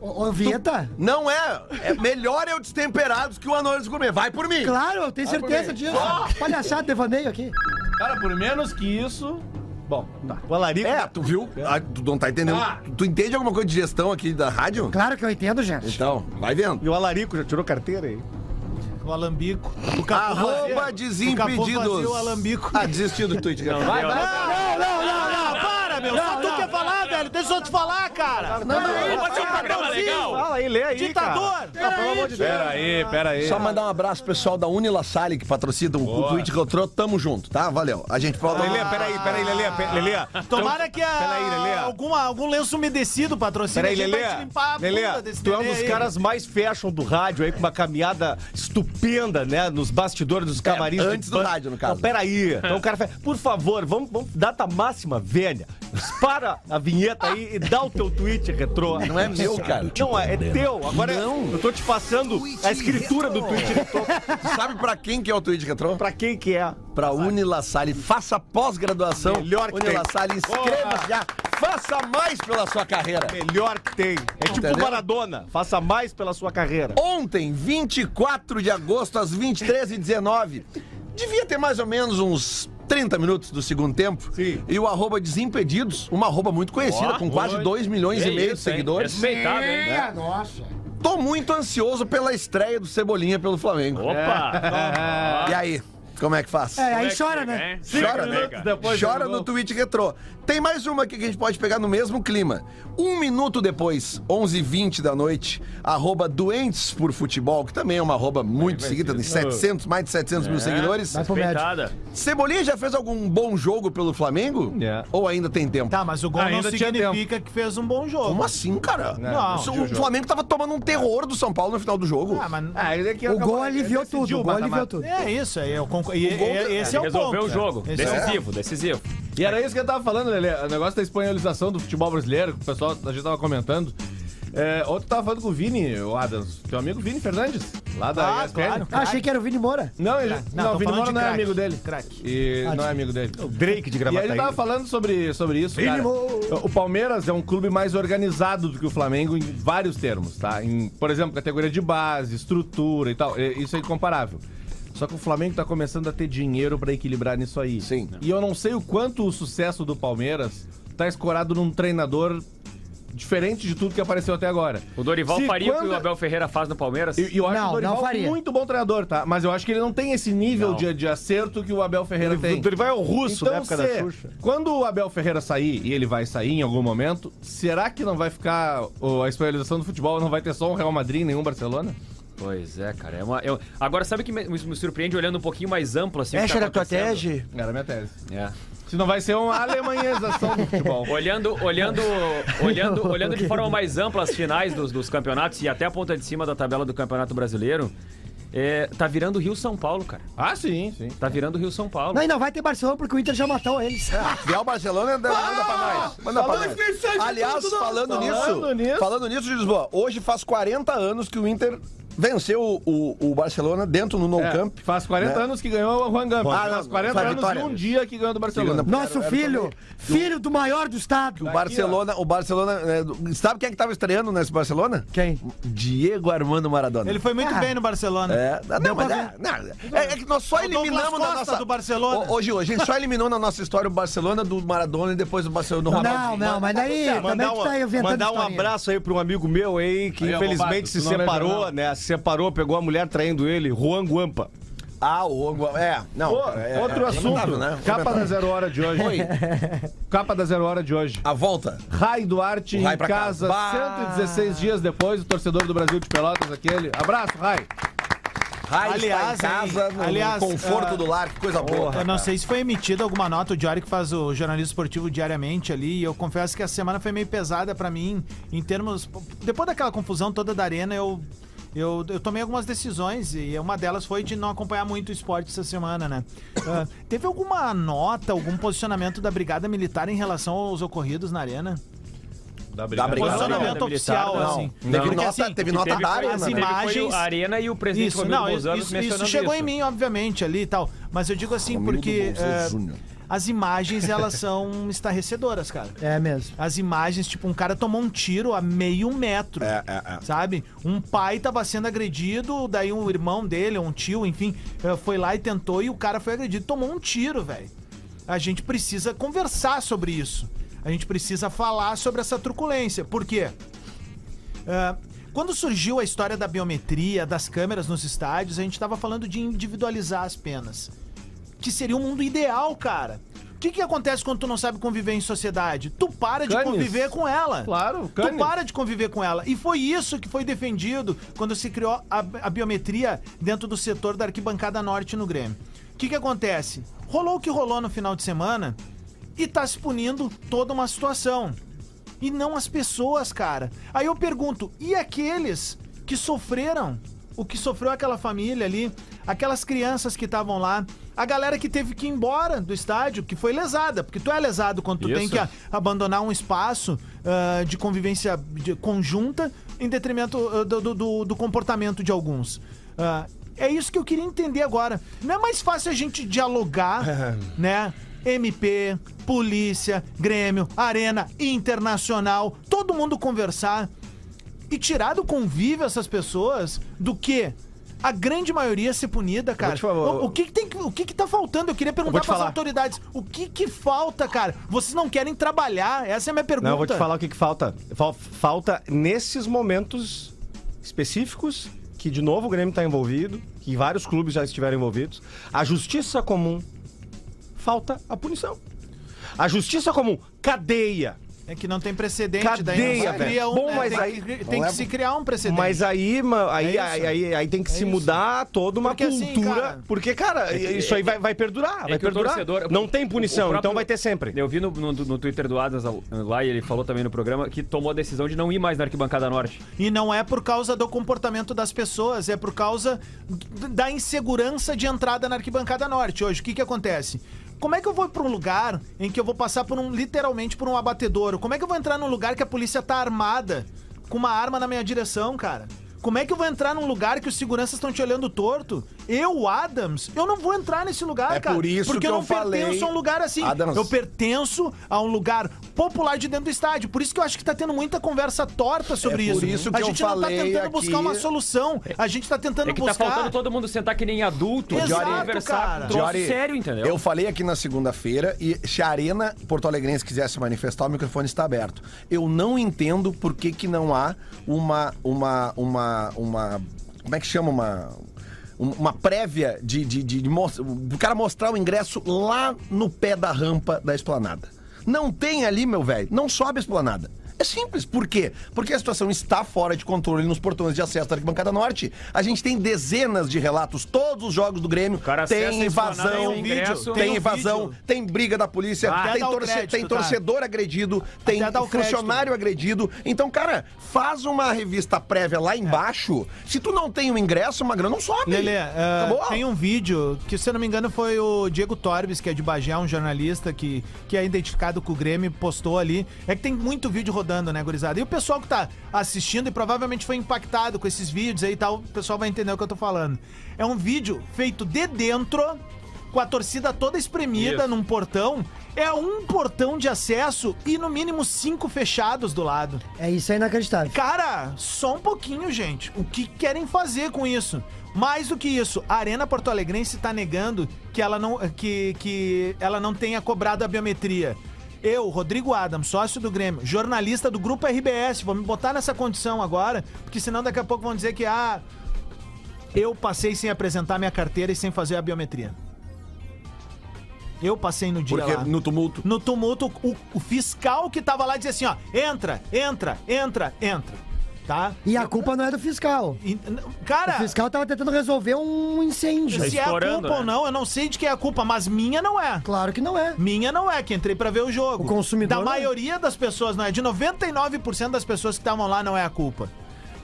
Speaker 7: Ô, ô, Vinheta?
Speaker 2: Não é. é melhor é o Destemperados que o Anônimos Gourmet. Vai por mim.
Speaker 7: Claro, eu tenho certeza disso. Palhaçada, devaneio aqui.
Speaker 13: Cara, por menos que isso. Bom, tá.
Speaker 11: O Alarico.
Speaker 2: É, tu viu? Ah, tu não tá entendendo. Tu, tu entende alguma coisa de gestão aqui da rádio?
Speaker 7: Claro que eu entendo, gente.
Speaker 2: Então, vai vendo.
Speaker 11: E o Alarico já tirou carteira aí?
Speaker 4: O Alambico. O Capu vazio.
Speaker 2: Arroba
Speaker 4: O Capu
Speaker 2: Desimpedidos.
Speaker 4: vazio, o Alambico.
Speaker 2: Ah, desistiu do tweet.
Speaker 8: Não, não
Speaker 4: Não,
Speaker 8: deu,
Speaker 4: não, não, não, para, meu! Só tu quer falar, velho! velho. Deixa eu te falar, cara. é
Speaker 8: Não, não, não. Pode ser um programa legal.
Speaker 15: Fala aí, lê aí,
Speaker 4: Ditador.
Speaker 15: cara. Ah, pelo amor de Deus.
Speaker 11: Pera aí, pera aí.
Speaker 2: Só mandar um abraço pro pessoal da Unila Sale, que patrocina o, o
Speaker 11: Boa.
Speaker 2: Twitch Rotrô. Tamo junto, tá? Valeu. A gente fala.
Speaker 15: Lelê, peraí, peraí, Lelê, pe- Lelê.
Speaker 4: Tomara que a,
Speaker 15: Peraí, Lelê.
Speaker 4: alguma, algum lenço umedecido patrocine
Speaker 15: Peraí,
Speaker 4: a gente
Speaker 15: Lelê.
Speaker 4: pra te limpar a bunda
Speaker 15: Lelê,
Speaker 4: desse
Speaker 15: tu é um
Speaker 4: neném
Speaker 15: dos
Speaker 4: aí.
Speaker 15: caras mais fashion do rádio aí, com uma caminhada estupenda, né? Nos bastidores dos camarins.
Speaker 2: É, antes do
Speaker 15: pan-
Speaker 2: rádio, no caso.
Speaker 15: Não, peraí. Então o cara fala, por favor, vamos, vamos data máxima, velha. Para a vinheta aí e dá o teu tweet retrô.
Speaker 2: Não é meu, cara.
Speaker 15: Não, é, é teu. Agora eu tô te passando a escritura do tweet retrô.
Speaker 2: Sabe pra quem que é o Twitch Retrô?
Speaker 15: Pra quem que é?
Speaker 2: Pra Unila Sale. Faça pós-graduação.
Speaker 15: Melhor que
Speaker 2: Unila
Speaker 15: tem.
Speaker 2: Sale, inscreva-se já. Faça mais pela sua carreira.
Speaker 15: Melhor que tem. É tipo
Speaker 2: Entendeu?
Speaker 15: Maradona. Faça mais pela sua carreira.
Speaker 2: Ontem, 24 de agosto, às 23h19, devia ter mais ou menos uns 30 minutos do segundo tempo.
Speaker 15: Sim.
Speaker 2: E o arroba Desimpedidos, uma arroba muito conhecida,
Speaker 8: Ó,
Speaker 2: com quase
Speaker 11: oi.
Speaker 2: 2 milhões
Speaker 8: Que
Speaker 2: e meio de
Speaker 8: isso, hein?
Speaker 2: seguidores.
Speaker 8: Respeitável, hein?
Speaker 3: É, nossa.
Speaker 2: Tô muito ansioso pela estreia do Cebolinha pelo Flamengo.
Speaker 8: Opa!
Speaker 2: E aí, como é que faz?
Speaker 3: É, aí chora, né?
Speaker 2: Chora, né?
Speaker 11: depois
Speaker 2: Chora
Speaker 11: do
Speaker 2: no
Speaker 11: gol.
Speaker 2: tweet retrô. Tem mais uma aqui que a gente pode pegar no mesmo clima. Um minuto depois, 11h20 da noite, arroba Doentes por Futebol, que também é uma arroba muito seguida, tem 700, mais de 700
Speaker 11: É.
Speaker 2: mil seguidores.
Speaker 3: Vai pro médico.
Speaker 8: Respeitada.
Speaker 2: Cebolinha já fez algum bom jogo pelo Flamengo?
Speaker 15: É.
Speaker 2: Ou ainda tem tempo?
Speaker 4: Tá, mas o gol
Speaker 11: Ainda
Speaker 4: não
Speaker 11: tinha
Speaker 4: significa que fez um bom jogo.
Speaker 2: Como assim, cara?
Speaker 4: Não,
Speaker 2: Isso, o Flamengo tava tomando um terror do São Paulo no final do jogo.
Speaker 4: Ah, mas...
Speaker 3: O gol aliviou tudo, o gol aliviou tudo.
Speaker 4: É isso aí, eu concordo. E,
Speaker 2: gol-
Speaker 4: e- esse é, o ponto.
Speaker 8: Resolveu o jogo.
Speaker 4: Esse é o
Speaker 8: Decisivo, decisivo.
Speaker 11: E era isso que eu tava falando, Lelê. O negócio da espanholização do futebol brasileiro, que o pessoal, a gente tava comentando. É, ontem eu tava falando com o Vini, o Adams, teu amigo Vini Fernandes, lá da
Speaker 4: Ah,
Speaker 11: ESPN.
Speaker 4: claro.
Speaker 3: Ah,
Speaker 8: Tá
Speaker 3: achei que era o Vini Moura.
Speaker 11: Não, ele, não,
Speaker 4: tô
Speaker 11: o Vini
Speaker 4: falando de Ah,
Speaker 11: Moura não é
Speaker 4: craque.
Speaker 11: amigo dele.
Speaker 4: Craque.
Speaker 11: E não é amigo dele.
Speaker 15: Drake de
Speaker 11: E
Speaker 15: gravata
Speaker 11: a gente tava falando sobre, sobre isso, cara.
Speaker 3: Mínimo.
Speaker 11: O Palmeiras é um clube mais organizado do que o Flamengo em vários termos, tá? Em, por exemplo, categoria de base, estrutura e tal. É- Isso é incomparável. Só que o Flamengo tá começando a ter dinheiro pra equilibrar nisso aí.
Speaker 2: Sim.
Speaker 11: E eu não sei o quanto o sucesso do Palmeiras tá escorado num treinador diferente de tudo que apareceu até agora.
Speaker 8: O Dorival
Speaker 11: Se
Speaker 8: faria o
Speaker 11: quando-
Speaker 8: que o Abel Ferreira faz no Palmeiras?
Speaker 11: E e eu acho
Speaker 3: Não,
Speaker 11: que
Speaker 3: não
Speaker 11: o Dorival é
Speaker 3: faria.
Speaker 11: um muito bom treinador, tá? Mas eu acho que ele não tem esse nível
Speaker 8: Não.
Speaker 11: de, de acerto que o Abel Ferreira tem. Então,
Speaker 15: Ele vai ao russo na época da
Speaker 11: se-
Speaker 15: Xuxa.
Speaker 11: Quando o Abel Ferreira sair, e ele vai sair em algum momento, será que não vai ficar ô, a espanholização do futebol? Não vai ter só um Real Madrid, nenhum Barcelona?
Speaker 8: Pois é, cara. É uma, eu- Agora, sabe o que me, me surpreende olhando um pouquinho mais amplo assim? o que
Speaker 16: Essa
Speaker 8: tá
Speaker 16: era a tua
Speaker 8: acontecendo?
Speaker 16: tese?
Speaker 11: Era a minha tese.
Speaker 8: É.
Speaker 11: Se não vai ser uma alemanhização do futebol.
Speaker 8: Olhando, olhando, olhando, olhando de forma mais ampla as finais dos, dos campeonatos e até a ponta de cima da tabela do Campeonato Brasileiro, é, tá virando Rio São Paulo, cara.
Speaker 11: Ah, sim, sim.
Speaker 8: Tá virando Rio São Paulo.
Speaker 3: Não, e não vai ter Barcelona porque o Inter já matou eles.
Speaker 2: Vier o Barcelona, manda manda pra nós. Manda pra nós. Aliás, falando nisso, falando
Speaker 11: Falando
Speaker 2: nisso,
Speaker 11: nisso.
Speaker 2: de Lisboa, hoje faz 40 anos que o Inter venceu o, o- o Barcelona dentro no Nou
Speaker 11: É,
Speaker 2: Camp.
Speaker 11: faz 40
Speaker 2: né?
Speaker 11: anos que ganhou o Juan Gamper.
Speaker 2: Ah, não,
Speaker 11: faz 40
Speaker 2: faz
Speaker 11: anos
Speaker 2: vitória.
Speaker 11: e um dia que ganhou do Barcelona.
Speaker 2: Segunda-
Speaker 3: Nosso
Speaker 2: Era- era
Speaker 3: filho, filho do maior do
Speaker 4: Tá
Speaker 3: estado.
Speaker 2: O Barcelona, o Barcelona, é, do- sabe quem é que tava estreando nesse Barcelona?
Speaker 3: Quem?
Speaker 2: Diego Armando Maradona.
Speaker 4: Ele foi muito
Speaker 3: Ah.
Speaker 4: bem no Barcelona.
Speaker 2: É, não,
Speaker 3: Deu
Speaker 2: mas
Speaker 3: pra
Speaker 2: é, não, é- é que nós só
Speaker 4: É o Douglas
Speaker 2: eliminamos na
Speaker 4: Costa
Speaker 2: nossa
Speaker 4: do Barcelona.
Speaker 2: Ô, ô, Gil, a gente só eliminou na nossa história o Barcelona do Maradona e depois o Barcelona do Ronaldo.
Speaker 3: Não, não, mas daí também
Speaker 15: Mandar,
Speaker 3: tu tá
Speaker 15: um,
Speaker 3: inventando
Speaker 15: mandar um
Speaker 3: historinha.
Speaker 15: abraço aí pra um amigo meu aí, que
Speaker 11: Aí, ó,
Speaker 15: infelizmente
Speaker 11: bombado,
Speaker 15: se
Speaker 11: tu não é lembra,
Speaker 15: separou,
Speaker 11: não.
Speaker 15: né? Se separou, pegou a mulher traindo ele, Juan Guampa.
Speaker 2: Ah, o é, não.
Speaker 11: Ô,
Speaker 2: cara, é-
Speaker 11: outro
Speaker 2: é
Speaker 11: assunto.
Speaker 2: lamentável, né?
Speaker 11: Capa da Zero Hora de hoje.
Speaker 2: Oi,
Speaker 11: Capa da Zero Hora de hoje.
Speaker 2: a volta.
Speaker 11: Rai Duarte
Speaker 2: O
Speaker 11: em
Speaker 2: Rai pra
Speaker 11: casa,
Speaker 2: casa. Bah!
Speaker 11: 116 dias depois, o torcedor do Brasil de Pelotas, aquele. Abraço, Rai.
Speaker 2: Rai
Speaker 4: Aliás,
Speaker 2: está tá em casa,
Speaker 4: hein,
Speaker 2: no
Speaker 4: aliás,
Speaker 2: conforto
Speaker 4: ah,
Speaker 2: do lar, que coisa boa.
Speaker 4: Eu não sei se foi emitida alguma nota, o Diário que faz o jornalismo esportivo diariamente ali, e eu confesso que a semana foi meio pesada pra mim, em termos... Depois daquela confusão toda da arena, eu, eu, eu tomei algumas decisões, e uma delas foi de não acompanhar muito o esporte essa semana, né? Ah, teve alguma nota, algum posicionamento da Brigada Militar em relação aos ocorridos na arena?
Speaker 2: Dá brincada.
Speaker 8: Não,
Speaker 4: Posicionamento
Speaker 8: não.
Speaker 4: oficial,
Speaker 8: Não.
Speaker 4: assim.
Speaker 2: Teve
Speaker 4: Porque,
Speaker 2: nota,
Speaker 4: assim,
Speaker 2: teve
Speaker 4: o que
Speaker 2: nota
Speaker 8: Teve
Speaker 2: da
Speaker 8: foi-
Speaker 2: área,
Speaker 4: as
Speaker 2: né?
Speaker 8: teve foi
Speaker 4: imagens-
Speaker 8: o Arena e o presidente
Speaker 4: Isso,
Speaker 8: Romildo
Speaker 4: não,
Speaker 8: Bolzano
Speaker 4: isso, isso
Speaker 8: mencionando
Speaker 4: chegou em mim, obviamente, ali e tal. Mas eu digo assim,
Speaker 2: Romildo
Speaker 4: porque
Speaker 2: Bolzano
Speaker 4: eh,
Speaker 2: Júnior.
Speaker 4: as imagens, elas são estarrecedoras, cara.
Speaker 3: É mesmo.
Speaker 4: As imagens, tipo, um cara tomou um tiro a meio metro.
Speaker 2: É, é, é.
Speaker 4: Sabe? Um pai tava sendo agredido, daí um irmão dele, um tio, enfim, eh, foi lá e tentou e o cara foi agredido, tomou um tiro, velho. A gente precisa conversar sobre isso. A gente precisa falar sobre essa truculência. Por quê? Ah, quando surgiu a história da biometria, das câmeras nos estádios, a gente tava falando de individualizar as penas. Que seria o mundo ideal, cara. que, que acontece quando tu não sabe conviver em sociedade? Tu para de
Speaker 5: Canis.
Speaker 4: conviver com ela.
Speaker 5: Claro,
Speaker 4: Tu
Speaker 5: canis.
Speaker 4: para de conviver com ela. E foi isso que foi defendido quando se criou a, a biometria dentro do setor da arquibancada norte no Grêmio. O que, que acontece? Rolou o que rolou no final de semana e tá se punindo toda uma situação. E não as pessoas, cara. Aí eu pergunto, e aqueles que sofreram? O que sofreu aquela família ali, aquelas crianças que estavam lá, a galera que teve que ir embora do estádio, que foi lesada, porque tu é lesado quando tu tem
Speaker 12: Isso.
Speaker 4: que a- abandonar um espaço ah, de convivência de- conjunta em detrimento ah, do, do- do- do comportamento de alguns. Ah, é isso que eu queria entender agora. Não é mais fácil a gente dialogar, né? MP, polícia, Grêmio, Arena, Internacional, todo mundo conversar e tirar do convívio essas pessoas do que a grande maioria ser punida, cara. o, o que, que tem que- o que que tá faltando? Eu queria perguntar
Speaker 11: te
Speaker 4: para as
Speaker 11: falar.
Speaker 4: autoridades. O que que falta, cara? Vocês não querem trabalhar? Essa é a minha pergunta.
Speaker 11: Não, eu vou te falar o que, que falta. Fal- Falta nesses momentos específicos, que de novo o Grêmio está envolvido, que vários clubes já estiveram envolvidos, a justiça comum. Falta a punição. A justiça comum, cadeia.
Speaker 4: É que não tem precedente, daí não
Speaker 11: Cadeia,
Speaker 4: se
Speaker 11: velho.
Speaker 4: cria um,
Speaker 11: Bom,
Speaker 4: né?
Speaker 11: mas
Speaker 4: tem que,
Speaker 11: aí-
Speaker 4: tem
Speaker 11: não
Speaker 4: que
Speaker 11: leva-
Speaker 4: se criar um precedente.
Speaker 11: Mas aí, ma- aí,
Speaker 4: É isso.
Speaker 11: aí, aí, aí tem que
Speaker 4: É
Speaker 11: se
Speaker 4: isso.
Speaker 11: mudar toda uma
Speaker 4: Porque assim,
Speaker 11: cultura.
Speaker 4: cara-
Speaker 11: porque, cara,
Speaker 8: É que-
Speaker 11: isso aí
Speaker 8: é que-
Speaker 11: vai, vai perdurar. vai
Speaker 8: que o
Speaker 11: perdurar.
Speaker 8: torcedor- é
Speaker 11: Não tem
Speaker 8: o
Speaker 11: punição,
Speaker 8: próprio-
Speaker 11: então vai ter sempre.
Speaker 8: Eu vi no, no, no Twitter do Adas lá e ele falou também no programa que tomou a decisão de não ir mais na Arquibancada Norte.
Speaker 4: E não é por causa do comportamento das pessoas, é por causa d- da insegurança de entrada na arquibancada norte. Hoje, o que, que acontece? Como é que eu vou para um lugar em que eu vou passar por um literalmente por um abatedouro? Como é que eu vou entrar num lugar que a polícia tá armada com uma arma na minha direção, cara? Como é que eu vou entrar num lugar que os seguranças estão te olhando torto? Eu, Adams, eu não vou entrar nesse lugar,
Speaker 2: É
Speaker 4: cara.
Speaker 2: por isso
Speaker 4: porque
Speaker 2: que
Speaker 4: eu
Speaker 2: eu
Speaker 4: não
Speaker 2: falei,
Speaker 4: pertenço a um lugar assim.
Speaker 2: Adams.
Speaker 4: Eu pertenço a um lugar popular de dentro do estádio. Por isso que eu acho que tá tendo muita conversa torta sobre
Speaker 2: É por isso que
Speaker 4: a
Speaker 2: eu
Speaker 4: gente não tá
Speaker 2: falei
Speaker 4: tentando buscar
Speaker 2: aqui-
Speaker 4: uma solução. A gente tá tentando
Speaker 8: É que tá
Speaker 4: buscar.
Speaker 8: faltando todo mundo sentar que nem adulto,
Speaker 4: Exato,
Speaker 8: de conversar
Speaker 4: cara.
Speaker 8: com um troço
Speaker 2: Diori,
Speaker 8: sério, entendeu?
Speaker 2: Eu falei aqui na segunda-feira e se a Arena Porto Alegrense quiser se manifestar, o microfone está aberto. Eu não entendo por que, que não há uma, uma, uma, uma. Como é que chama? Uma. um- Uma prévia de, de, de, de mos- o cara mostrar o ingresso lá no pé da rampa da esplanada. Não tem ali, meu velho. Não sobe a esplanada. É simples, por quê? Porque a situação está fora de controle nos portões de acesso da Arquibancada Norte. A gente tem dezenas de relatos, todos os jogos do Grêmio.
Speaker 8: acessa
Speaker 2: Tem
Speaker 8: a esplanada, tem
Speaker 2: invasão,
Speaker 8: um vídeo, tem
Speaker 2: tem
Speaker 8: um
Speaker 2: invasão,
Speaker 8: vídeo.
Speaker 2: tem briga da polícia,
Speaker 8: Ah, até
Speaker 2: tem,
Speaker 8: dá o
Speaker 2: torce-
Speaker 8: crédito,
Speaker 2: tem
Speaker 8: tá.
Speaker 2: torcedor agredido, tem
Speaker 8: dá o crédito.
Speaker 2: funcionário agredido. Então, cara, faz uma revista prévia
Speaker 4: É.
Speaker 2: lá embaixo. Se tu não tem o ingresso, Magrão, não sobe.
Speaker 4: Lelê, ah,
Speaker 2: Acabou?
Speaker 4: tem um vídeo que, se eu não me engano, foi o Diego Torbes, que é de Bagé, um jornalista que, que é identificado com o Grêmio, postou ali. É que tem muito vídeo rodando, né, gurizada? E o pessoal que tá assistindo e provavelmente foi impactado com esses vídeos aí e tal, o pessoal vai entender o que eu tô falando. É um vídeo feito de dentro, com a torcida toda espremida
Speaker 12: Isso.
Speaker 4: num portão. É um portão de acesso e no mínimo cinco fechados do lado.
Speaker 3: É isso é inacreditável.
Speaker 4: Cara, só um pouquinho, gente. O que querem fazer com isso? Mais do que isso, a Arena Porto Alegrense tá negando que ela não, que, que ela não tenha cobrado a biometria. Eu, Rodrigo Adam, sócio do Grêmio, jornalista do Grupo RBS, vou me botar nessa condição agora, porque senão daqui a pouco vão dizer que, ah, eu passei sem apresentar minha carteira e sem fazer a biometria. Eu passei no dia
Speaker 2: Porque
Speaker 4: lá.
Speaker 2: no tumulto.
Speaker 4: No tumulto, o, o fiscal que tava lá dizia assim, ó, entra, entra, entra, entra, tá?
Speaker 3: E a culpa não é do fiscal.
Speaker 4: Cara,
Speaker 3: o fiscal tava tentando resolver um incêndio.
Speaker 4: se é a culpa ou não, eu não sei de quem é a culpa, mas minha não é.
Speaker 3: Claro que não é.
Speaker 4: Minha não é, que entrei pra ver o jogo.
Speaker 3: O consumidor
Speaker 4: Da
Speaker 3: não é.
Speaker 4: maioria das pessoas não é. De 99% das pessoas que estavam lá não é a culpa.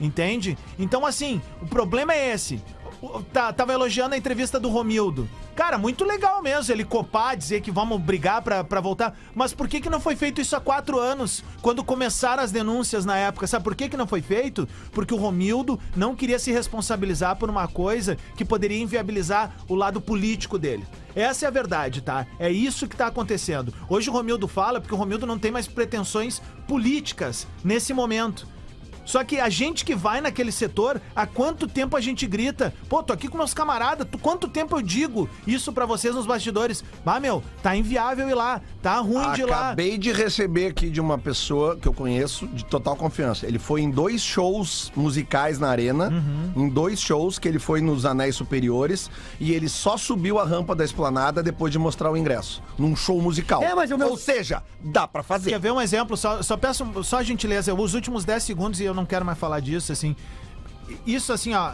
Speaker 4: Entende? Então, assim, o problema é esse. O- tá- tava elogiando a entrevista do Romildo. Cara, muito legal mesmo ele copar, dizer que vamos brigar pra, pra voltar. Mas por que, que não foi feito isso há quatro anos, quando começaram as denúncias na época? Sabe por que, que não foi feito? Porque o Romildo não queria se responsabilizar por uma coisa que poderia inviabilizar o lado político dele. Essa é a verdade, tá? É isso que tá acontecendo. Hoje o Romildo fala porque o Romildo não tem mais pretensões políticas nesse momento. Só que a gente que vai naquele setor, há quanto tempo a gente grita? Pô, tô aqui com meus camaradas, tu- quanto tempo eu digo isso pra vocês nos bastidores? Ah, meu, tá inviável ir lá, tá ruim de ir lá.
Speaker 5: Acabei de receber aqui de uma pessoa que eu conheço de total confiança. Ele foi em dois shows musicais na arena, em dois shows que ele foi nos anéis superiores e ele só subiu a rampa da esplanada depois de mostrar o ingresso num show musical.
Speaker 4: É, mas o meu-
Speaker 5: Ou seja, dá pra fazer.
Speaker 4: Quer ver um exemplo? Só, só peço só a gentileza, os últimos 10 segundos e eu não quero mais falar disso, assim. Isso, assim, ó.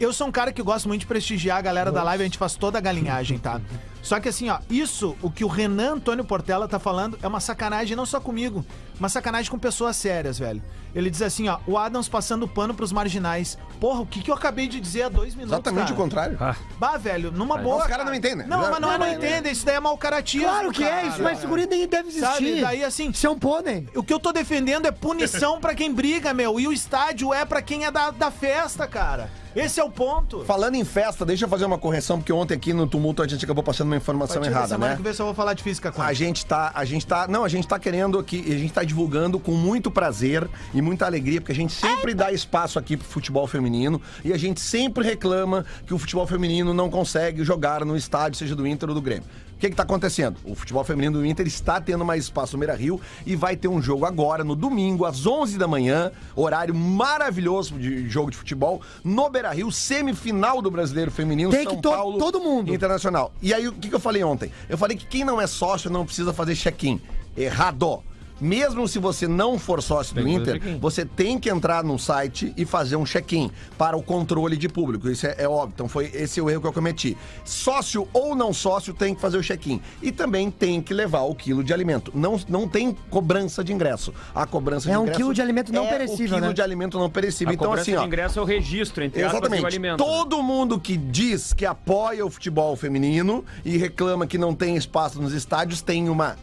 Speaker 4: Eu sou um cara que gosto muito de prestigiar a galera da live, a gente faz toda a galinhagem, tá? Só que, assim, ó, isso, o que o Renan Antônio Portela tá falando é uma sacanagem, não só comigo, uma sacanagem com pessoas sérias, velho. Ele diz assim, ó, o Adams passando pano pros marginais. Porra, o que, que eu acabei de dizer há dois minutos?
Speaker 5: Exatamente
Speaker 4: cara?
Speaker 5: o contrário.
Speaker 3: Ah.
Speaker 4: Bah, velho, numa
Speaker 5: Mas
Speaker 4: boa.
Speaker 5: os caras não entendem, né?
Speaker 4: Não, mas não é não
Speaker 5: Não, mas-
Speaker 4: entender, isso daí é mau caratismo.
Speaker 3: Claro que é,
Speaker 4: cara.
Speaker 3: isso, mas segurinho nem deve existir.
Speaker 4: Sabe, daí assim.
Speaker 3: Isso é um pônei.
Speaker 4: O que eu tô defendendo é punição pra quem briga, meu. E o estádio é pra quem é da, da festa, cara. Esse é o ponto.
Speaker 5: Falando em festa, deixa eu fazer uma correção, porque ontem aqui no tumulto a gente acabou passando uma informação
Speaker 4: Partir da
Speaker 5: errada,
Speaker 4: semana
Speaker 5: né?
Speaker 4: que vem eu só vou falar de física
Speaker 5: A
Speaker 4: quântica.
Speaker 5: gente tá, a gente tá, não, a gente tá querendo aqui, a gente tá divulgando com muito prazer e muita alegria, porque a gente sempre dá espaço aqui pro futebol feminino e a gente sempre reclama que o futebol feminino não consegue jogar no estádio, seja do Inter ou do Grêmio. O que que tá acontecendo? O futebol feminino do Inter está tendo mais espaço no Beira-Rio e vai ter um jogo agora no domingo às 11 da manhã, horário maravilhoso de jogo de futebol no Beira-Rio, semifinal do Brasileiro Feminino
Speaker 3: Tem
Speaker 5: São
Speaker 3: que to-
Speaker 5: Paulo
Speaker 3: todo mundo.
Speaker 5: Internacional. E aí, o que, que eu falei ontem? Eu falei que quem não é sócio não precisa fazer check-in. Errado. Mesmo se você não for sócio do
Speaker 2: que fazer
Speaker 5: Inter,
Speaker 2: check-in.
Speaker 5: você tem que entrar no site e fazer um check-in para o controle de público. Isso é, é óbvio. Então foi esse o erro que eu cometi. Sócio ou não sócio tem que fazer o check-in. E também tem que levar o quilo de alimento. Não, não tem cobrança de ingresso. A cobrança de
Speaker 3: É um
Speaker 5: ingresso
Speaker 3: quilo de alimento não
Speaker 5: é
Speaker 3: perecível,
Speaker 5: O quilo
Speaker 3: né?
Speaker 5: de alimento não perecível.
Speaker 8: A
Speaker 5: então,
Speaker 8: cobrança
Speaker 5: assim, ó.
Speaker 8: de ingresso é o registro, entre aspas, do
Speaker 5: Exatamente.
Speaker 8: alimento. né?
Speaker 5: Todo mundo que diz que apoia o futebol feminino e reclama que não tem espaço nos estádios tem uma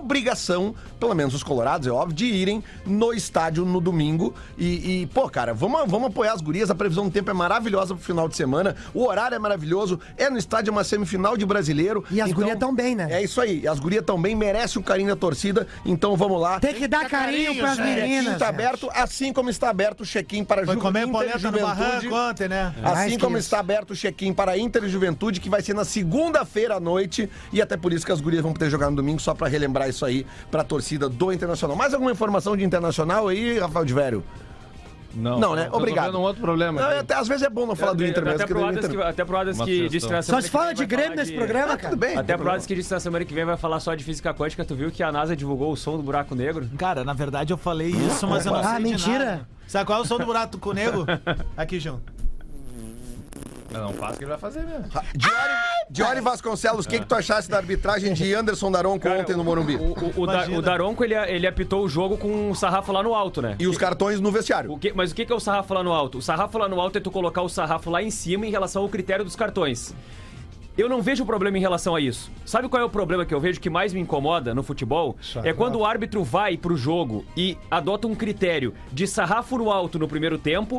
Speaker 5: obrigação, pelo menos os colorados, é óbvio, de irem no estádio no domingo. E, e, pô, cara, vamos, vamos apoiar as gurias. A previsão do tempo é maravilhosa pro final de semana. O horário é maravilhoso. É no estádio, é uma semifinal de brasileiro.
Speaker 3: E as
Speaker 11: Então,
Speaker 3: gurias tão bem, né?
Speaker 5: É isso aí. As gurias tão bem, merece o carinho da torcida. Então vamos lá.
Speaker 3: Tem né, que dar carinho pras
Speaker 11: É
Speaker 5: Check-in
Speaker 3: meninas.
Speaker 5: tá aberto, assim como está aberto o check-in para
Speaker 4: Foi
Speaker 5: Ju-
Speaker 4: comer
Speaker 5: Inter e
Speaker 4: polenta no
Speaker 5: Juventude.
Speaker 4: barranco ontem, né?
Speaker 8: É.
Speaker 5: Assim como está aberto o check-in para Inter e Juventude, que vai ser na segunda-feira à noite. E até por isso que as gurias vão poder jogar no domingo, só para relembrar isso aí para a torcida do Internacional. Mais alguma informação de Internacional aí, Rafael de Vério?
Speaker 2: Não,
Speaker 5: Não, né?
Speaker 2: tô
Speaker 5: Obrigado.
Speaker 2: vendo um outro problema.
Speaker 5: Não,
Speaker 2: aqui.
Speaker 5: é até- às vezes é bom não falar do Inter mesmo.
Speaker 8: até,
Speaker 5: porque
Speaker 8: pro
Speaker 5: do
Speaker 8: Adas
Speaker 5: Inter-
Speaker 8: que, até pro Adas
Speaker 2: Uma
Speaker 8: que
Speaker 2: sugestão.
Speaker 8: disse que na
Speaker 3: Só
Speaker 8: semana
Speaker 3: se
Speaker 8: que vem
Speaker 3: fala de
Speaker 8: vai
Speaker 3: Grêmio
Speaker 8: falar
Speaker 3: nesse
Speaker 8: de-
Speaker 3: programa,
Speaker 5: Tudo
Speaker 3: cara.
Speaker 5: bem.
Speaker 8: Até pro Adas que disse que na semana que vem vai falar só de física quântica. Tu viu que a NASA divulgou o som do buraco negro?
Speaker 4: Cara, na verdade eu falei isso, mas eu não sei
Speaker 3: Ah,
Speaker 4: de
Speaker 3: mentira.
Speaker 4: nada. Sabe qual é o som do buraco com o nego? Aqui, João.
Speaker 2: Não, não faça o que ele vai fazer mesmo.
Speaker 5: Diori, Diori Vasconcelos, o que, que tu achasse da arbitragem de Anderson Daronco ontem no Morumbi?
Speaker 8: O, o, o, Da-
Speaker 4: Imagina.
Speaker 8: o Daronco, ele, ele apitou o jogo com um sarrafo lá no alto, né?
Speaker 5: E os cartões no vestiário.
Speaker 8: O que- mas o que que é o sarrafo lá no alto? O sarrafo lá no alto é tu colocar o sarrafo lá em cima em relação ao critério dos cartões. Eu não vejo problema em relação a isso. Sabe qual é o problema que eu vejo que mais me incomoda no futebol? É quando o árbitro vai pro jogo e adota um critério de sarrafo no alto no primeiro tempo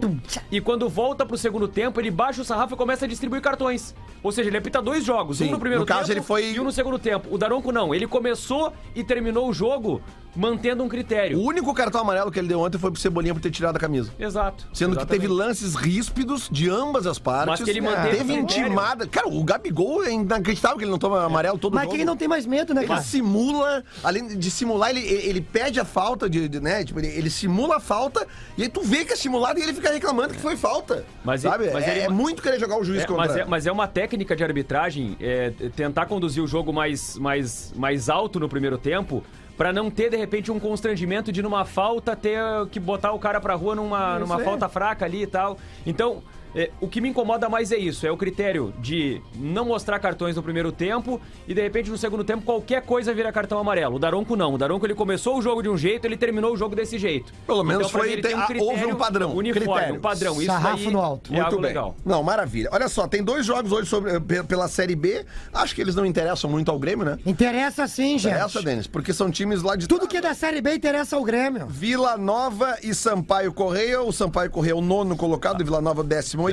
Speaker 8: e quando volta pro segundo tempo ele baixa o sarrafo e começa a distribuir cartões. Ou seja, ele apita dois jogos,
Speaker 5: Sim,
Speaker 8: um no primeiro
Speaker 5: no caso,
Speaker 8: tempo
Speaker 5: ele foi-
Speaker 8: e um no segundo tempo. O Daronco não, ele começou e terminou o jogo mantendo um critério.
Speaker 5: O único cartão amarelo que ele deu ontem foi pro Cebolinha por ter tirado a camisa.
Speaker 8: Exato.
Speaker 5: Sendo que teve
Speaker 8: Exatamente.
Speaker 5: lances ríspidos de ambas as partes.
Speaker 8: Mas que ele manteve
Speaker 5: Teve
Speaker 8: o critério.
Speaker 5: intimada. Cara, o Gabigol é inacreditável que ele não toma amarelo todo
Speaker 3: Mas
Speaker 5: jogo.
Speaker 3: quem não tem mais medo, né,
Speaker 5: Ele
Speaker 3: cara?
Speaker 5: simula, além de simular, ele, ele pede a falta de, de- né? Tipo, ele, ele simula a falta e aí tu vê que é simulado e ele fica reclamando que foi falta.
Speaker 8: Mas e-
Speaker 5: sabe?
Speaker 8: mas
Speaker 5: é,
Speaker 8: ele-
Speaker 5: é muito querer jogar o juiz
Speaker 8: É,
Speaker 5: contra.
Speaker 8: mas, é, mas é uma técnica de arbitragem é, tentar conduzir o jogo mais, mais, mais alto no primeiro tempo pra não ter, de repente, um constrangimento de numa falta ter que botar o cara pra rua
Speaker 5: É
Speaker 8: numa, numa falta fraca ali e tal. Então, é, o que me incomoda mais é isso, é o critério de não mostrar cartões no primeiro tempo e, de repente, no segundo tempo, qualquer coisa vira cartão amarelo. O Daronco não. O Daronco, ele começou o jogo de um jeito, ele terminou o jogo desse jeito. Então,
Speaker 5: Pelo menos
Speaker 8: pra
Speaker 5: foi-
Speaker 8: mim, ele
Speaker 5: tem- ah, houve um padrão,
Speaker 8: Uniforme,
Speaker 5: critério.
Speaker 8: um padrão. Isso
Speaker 3: Sarrafo
Speaker 8: daí
Speaker 3: no alto.
Speaker 8: É
Speaker 5: Muito
Speaker 8: algo
Speaker 5: bem.
Speaker 8: legal.
Speaker 5: Não, maravilha. Olha só, tem dois jogos hoje sobre, eh, pe- pela Série B. Acho que eles não interessam muito ao Grêmio, né? É
Speaker 3: Interessa sim, gente.
Speaker 5: Essa, Denis, porque são times lá de
Speaker 3: Tudo que é da Série B interessa ao Grêmio.
Speaker 5: Vila Nova e Sampaio Correia. O Sampaio Correia é o nono colocado, Vila Nova 18º.
Speaker 8: Né?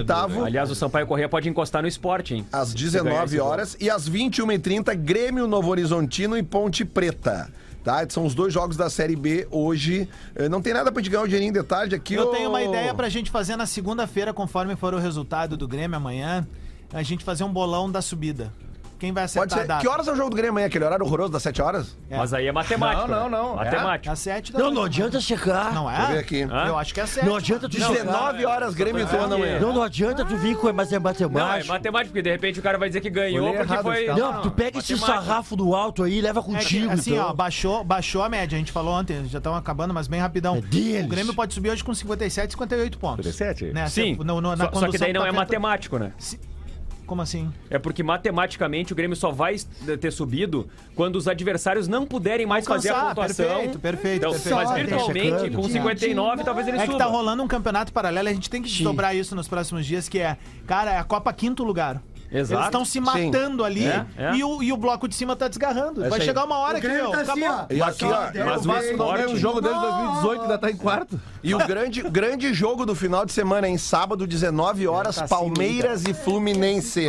Speaker 8: Aliás, o Sampaio Corrêa pode encostar no esporte, hein?
Speaker 5: Às
Speaker 8: Se ganhar esse
Speaker 5: 19
Speaker 8: jogo.
Speaker 5: horas e às 21h30, Grêmio Novo Horizontino e Ponte Preta.
Speaker 2: Tá? São os dois jogos da Série B hoje. Eh, Não tem nada pra gente ganhar o dinheirinho de tarde aqui.
Speaker 4: Eu
Speaker 2: ô-
Speaker 4: tenho uma ideia pra gente fazer na segunda-feira, conforme for o resultado do Grêmio amanhã, a gente fazer um bolão da subida. Quem vai acertar
Speaker 2: Pode ser.
Speaker 4: a data?
Speaker 2: Que horas é o jogo do Grêmio amanhã? Aquele horário horroroso das 7 horas?
Speaker 8: Mas aí é matemática.
Speaker 5: Não, não,
Speaker 8: né?
Speaker 5: não.
Speaker 8: Matemática.
Speaker 4: Às sete da
Speaker 12: Não,
Speaker 4: noite.
Speaker 12: não adianta
Speaker 8: Ah.
Speaker 12: checar.
Speaker 4: Não é?
Speaker 2: Deixa eu ver aqui.
Speaker 4: Eu acho que é sete.
Speaker 12: Não adianta tu
Speaker 4: Não,
Speaker 12: checar.
Speaker 2: 19 horas, Grêmio e
Speaker 8: Tô pensando
Speaker 2: Tuano amanhã.
Speaker 8: que-
Speaker 12: Não, não adianta tu vir com mas é
Speaker 8: Não, é
Speaker 12: matemática.
Speaker 8: matemática, porque de repente o cara vai dizer que ganhou
Speaker 5: Olhei
Speaker 8: porque
Speaker 5: errado
Speaker 8: foi.
Speaker 5: esse cara.
Speaker 12: Não, tu pega esse
Speaker 8: matemática.
Speaker 12: sarrafo do alto aí e leva
Speaker 4: É que,
Speaker 12: contigo.
Speaker 4: assim,
Speaker 12: então.
Speaker 4: ó, baixou, baixou a média. A gente falou ontem, já estão acabando, mas bem rapidão.
Speaker 12: É deles.
Speaker 4: o Grêmio pode subir hoje com 57, 58 pontos.
Speaker 5: 57?
Speaker 4: Né?
Speaker 8: Sim.
Speaker 4: Se- no- no- na
Speaker 8: só, só que
Speaker 4: condução
Speaker 8: daí não
Speaker 4: tá
Speaker 8: é
Speaker 4: vendo-
Speaker 8: matemático, né?
Speaker 4: Como assim?
Speaker 8: É porque matematicamente o Grêmio só vai ter subido quando os adversários não puderem mais fazer a
Speaker 4: Alcançar,
Speaker 8: pontuação.
Speaker 4: perfeito, perfeito,
Speaker 8: Então,
Speaker 4: perfeito.
Speaker 8: Mas
Speaker 4: Só,
Speaker 12: deixa
Speaker 8: virtualmente,
Speaker 12: quieto.
Speaker 8: com 59, talvez ele
Speaker 4: É que
Speaker 8: suba.
Speaker 4: tá rolando um campeonato paralelo, a gente tem que desdobrar isso nos próximos dias, que é, cara, é a Copa quinto lugar.
Speaker 8: Exato.
Speaker 4: Eles estão se matando ali
Speaker 8: É, é.
Speaker 4: E, o, e o bloco de cima tá desgarrando.
Speaker 2: É
Speaker 4: Vai
Speaker 2: isso aí.
Speaker 4: chegar uma hora
Speaker 3: O
Speaker 4: que,
Speaker 3: Grêmio
Speaker 4: meu,
Speaker 3: tá assim,
Speaker 4: acabou.
Speaker 3: ó.
Speaker 2: E aqui, ó,
Speaker 8: Mas
Speaker 5: O Vasco não ganha um
Speaker 8: esporte-
Speaker 5: jogo desde 2018, ainda tá em quarto.
Speaker 2: E o grande, o grande jogo do final de semana é em sábado, 19 horas, Palmeiras e Fluminense.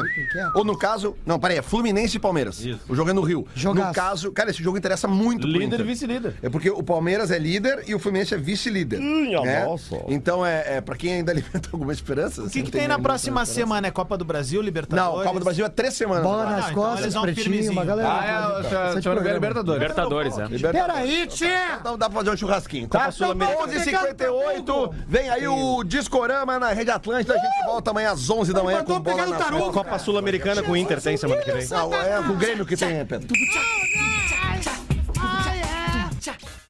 Speaker 2: Ou no caso, não, peraí, é Fluminense e Palmeiras. O jogo é no Rio.
Speaker 3: Jogaço.
Speaker 2: No caso, cara, esse jogo interessa muito pro
Speaker 5: Líder e
Speaker 2: Inter.
Speaker 5: vice-líder.
Speaker 2: É porque o Palmeiras é líder e o Fluminense é vice-líder. né? Então é, é para quem ainda alimenta alguma esperança. assim,
Speaker 4: O que, que tem na próxima semana? É Copa do Brasil,
Speaker 2: Não,
Speaker 4: Libertadores?
Speaker 2: Copa do Brasil é três semanas.
Speaker 3: Bola
Speaker 4: não,
Speaker 3: nas
Speaker 4: então
Speaker 3: costas,
Speaker 4: eles vão
Speaker 3: pretinho,
Speaker 4: firmezinho.
Speaker 3: uma galera.
Speaker 5: Ah, é,
Speaker 3: Bastante
Speaker 5: se eu não me engano, é
Speaker 3: programa.
Speaker 5: Libertadores.
Speaker 8: Libertadores, é.
Speaker 3: Peraí, tia!
Speaker 2: Então dá pra fazer um churrasquinho.
Speaker 3: Tá,
Speaker 2: Copa
Speaker 3: então
Speaker 2: Sul-Americana.
Speaker 3: vamos pegar
Speaker 2: 11h58. Vem aí o Discorama na Rede Atlântica. A gente volta amanhã às 11 da manhã
Speaker 3: Mas
Speaker 2: com
Speaker 3: vamos
Speaker 2: bola
Speaker 3: pegar
Speaker 2: na
Speaker 3: no tarugo,
Speaker 2: Copa
Speaker 10: Copa Sul-Americana com o Inter tem semana que vem.
Speaker 2: Não, é com o Grêmio que tem, Pedro.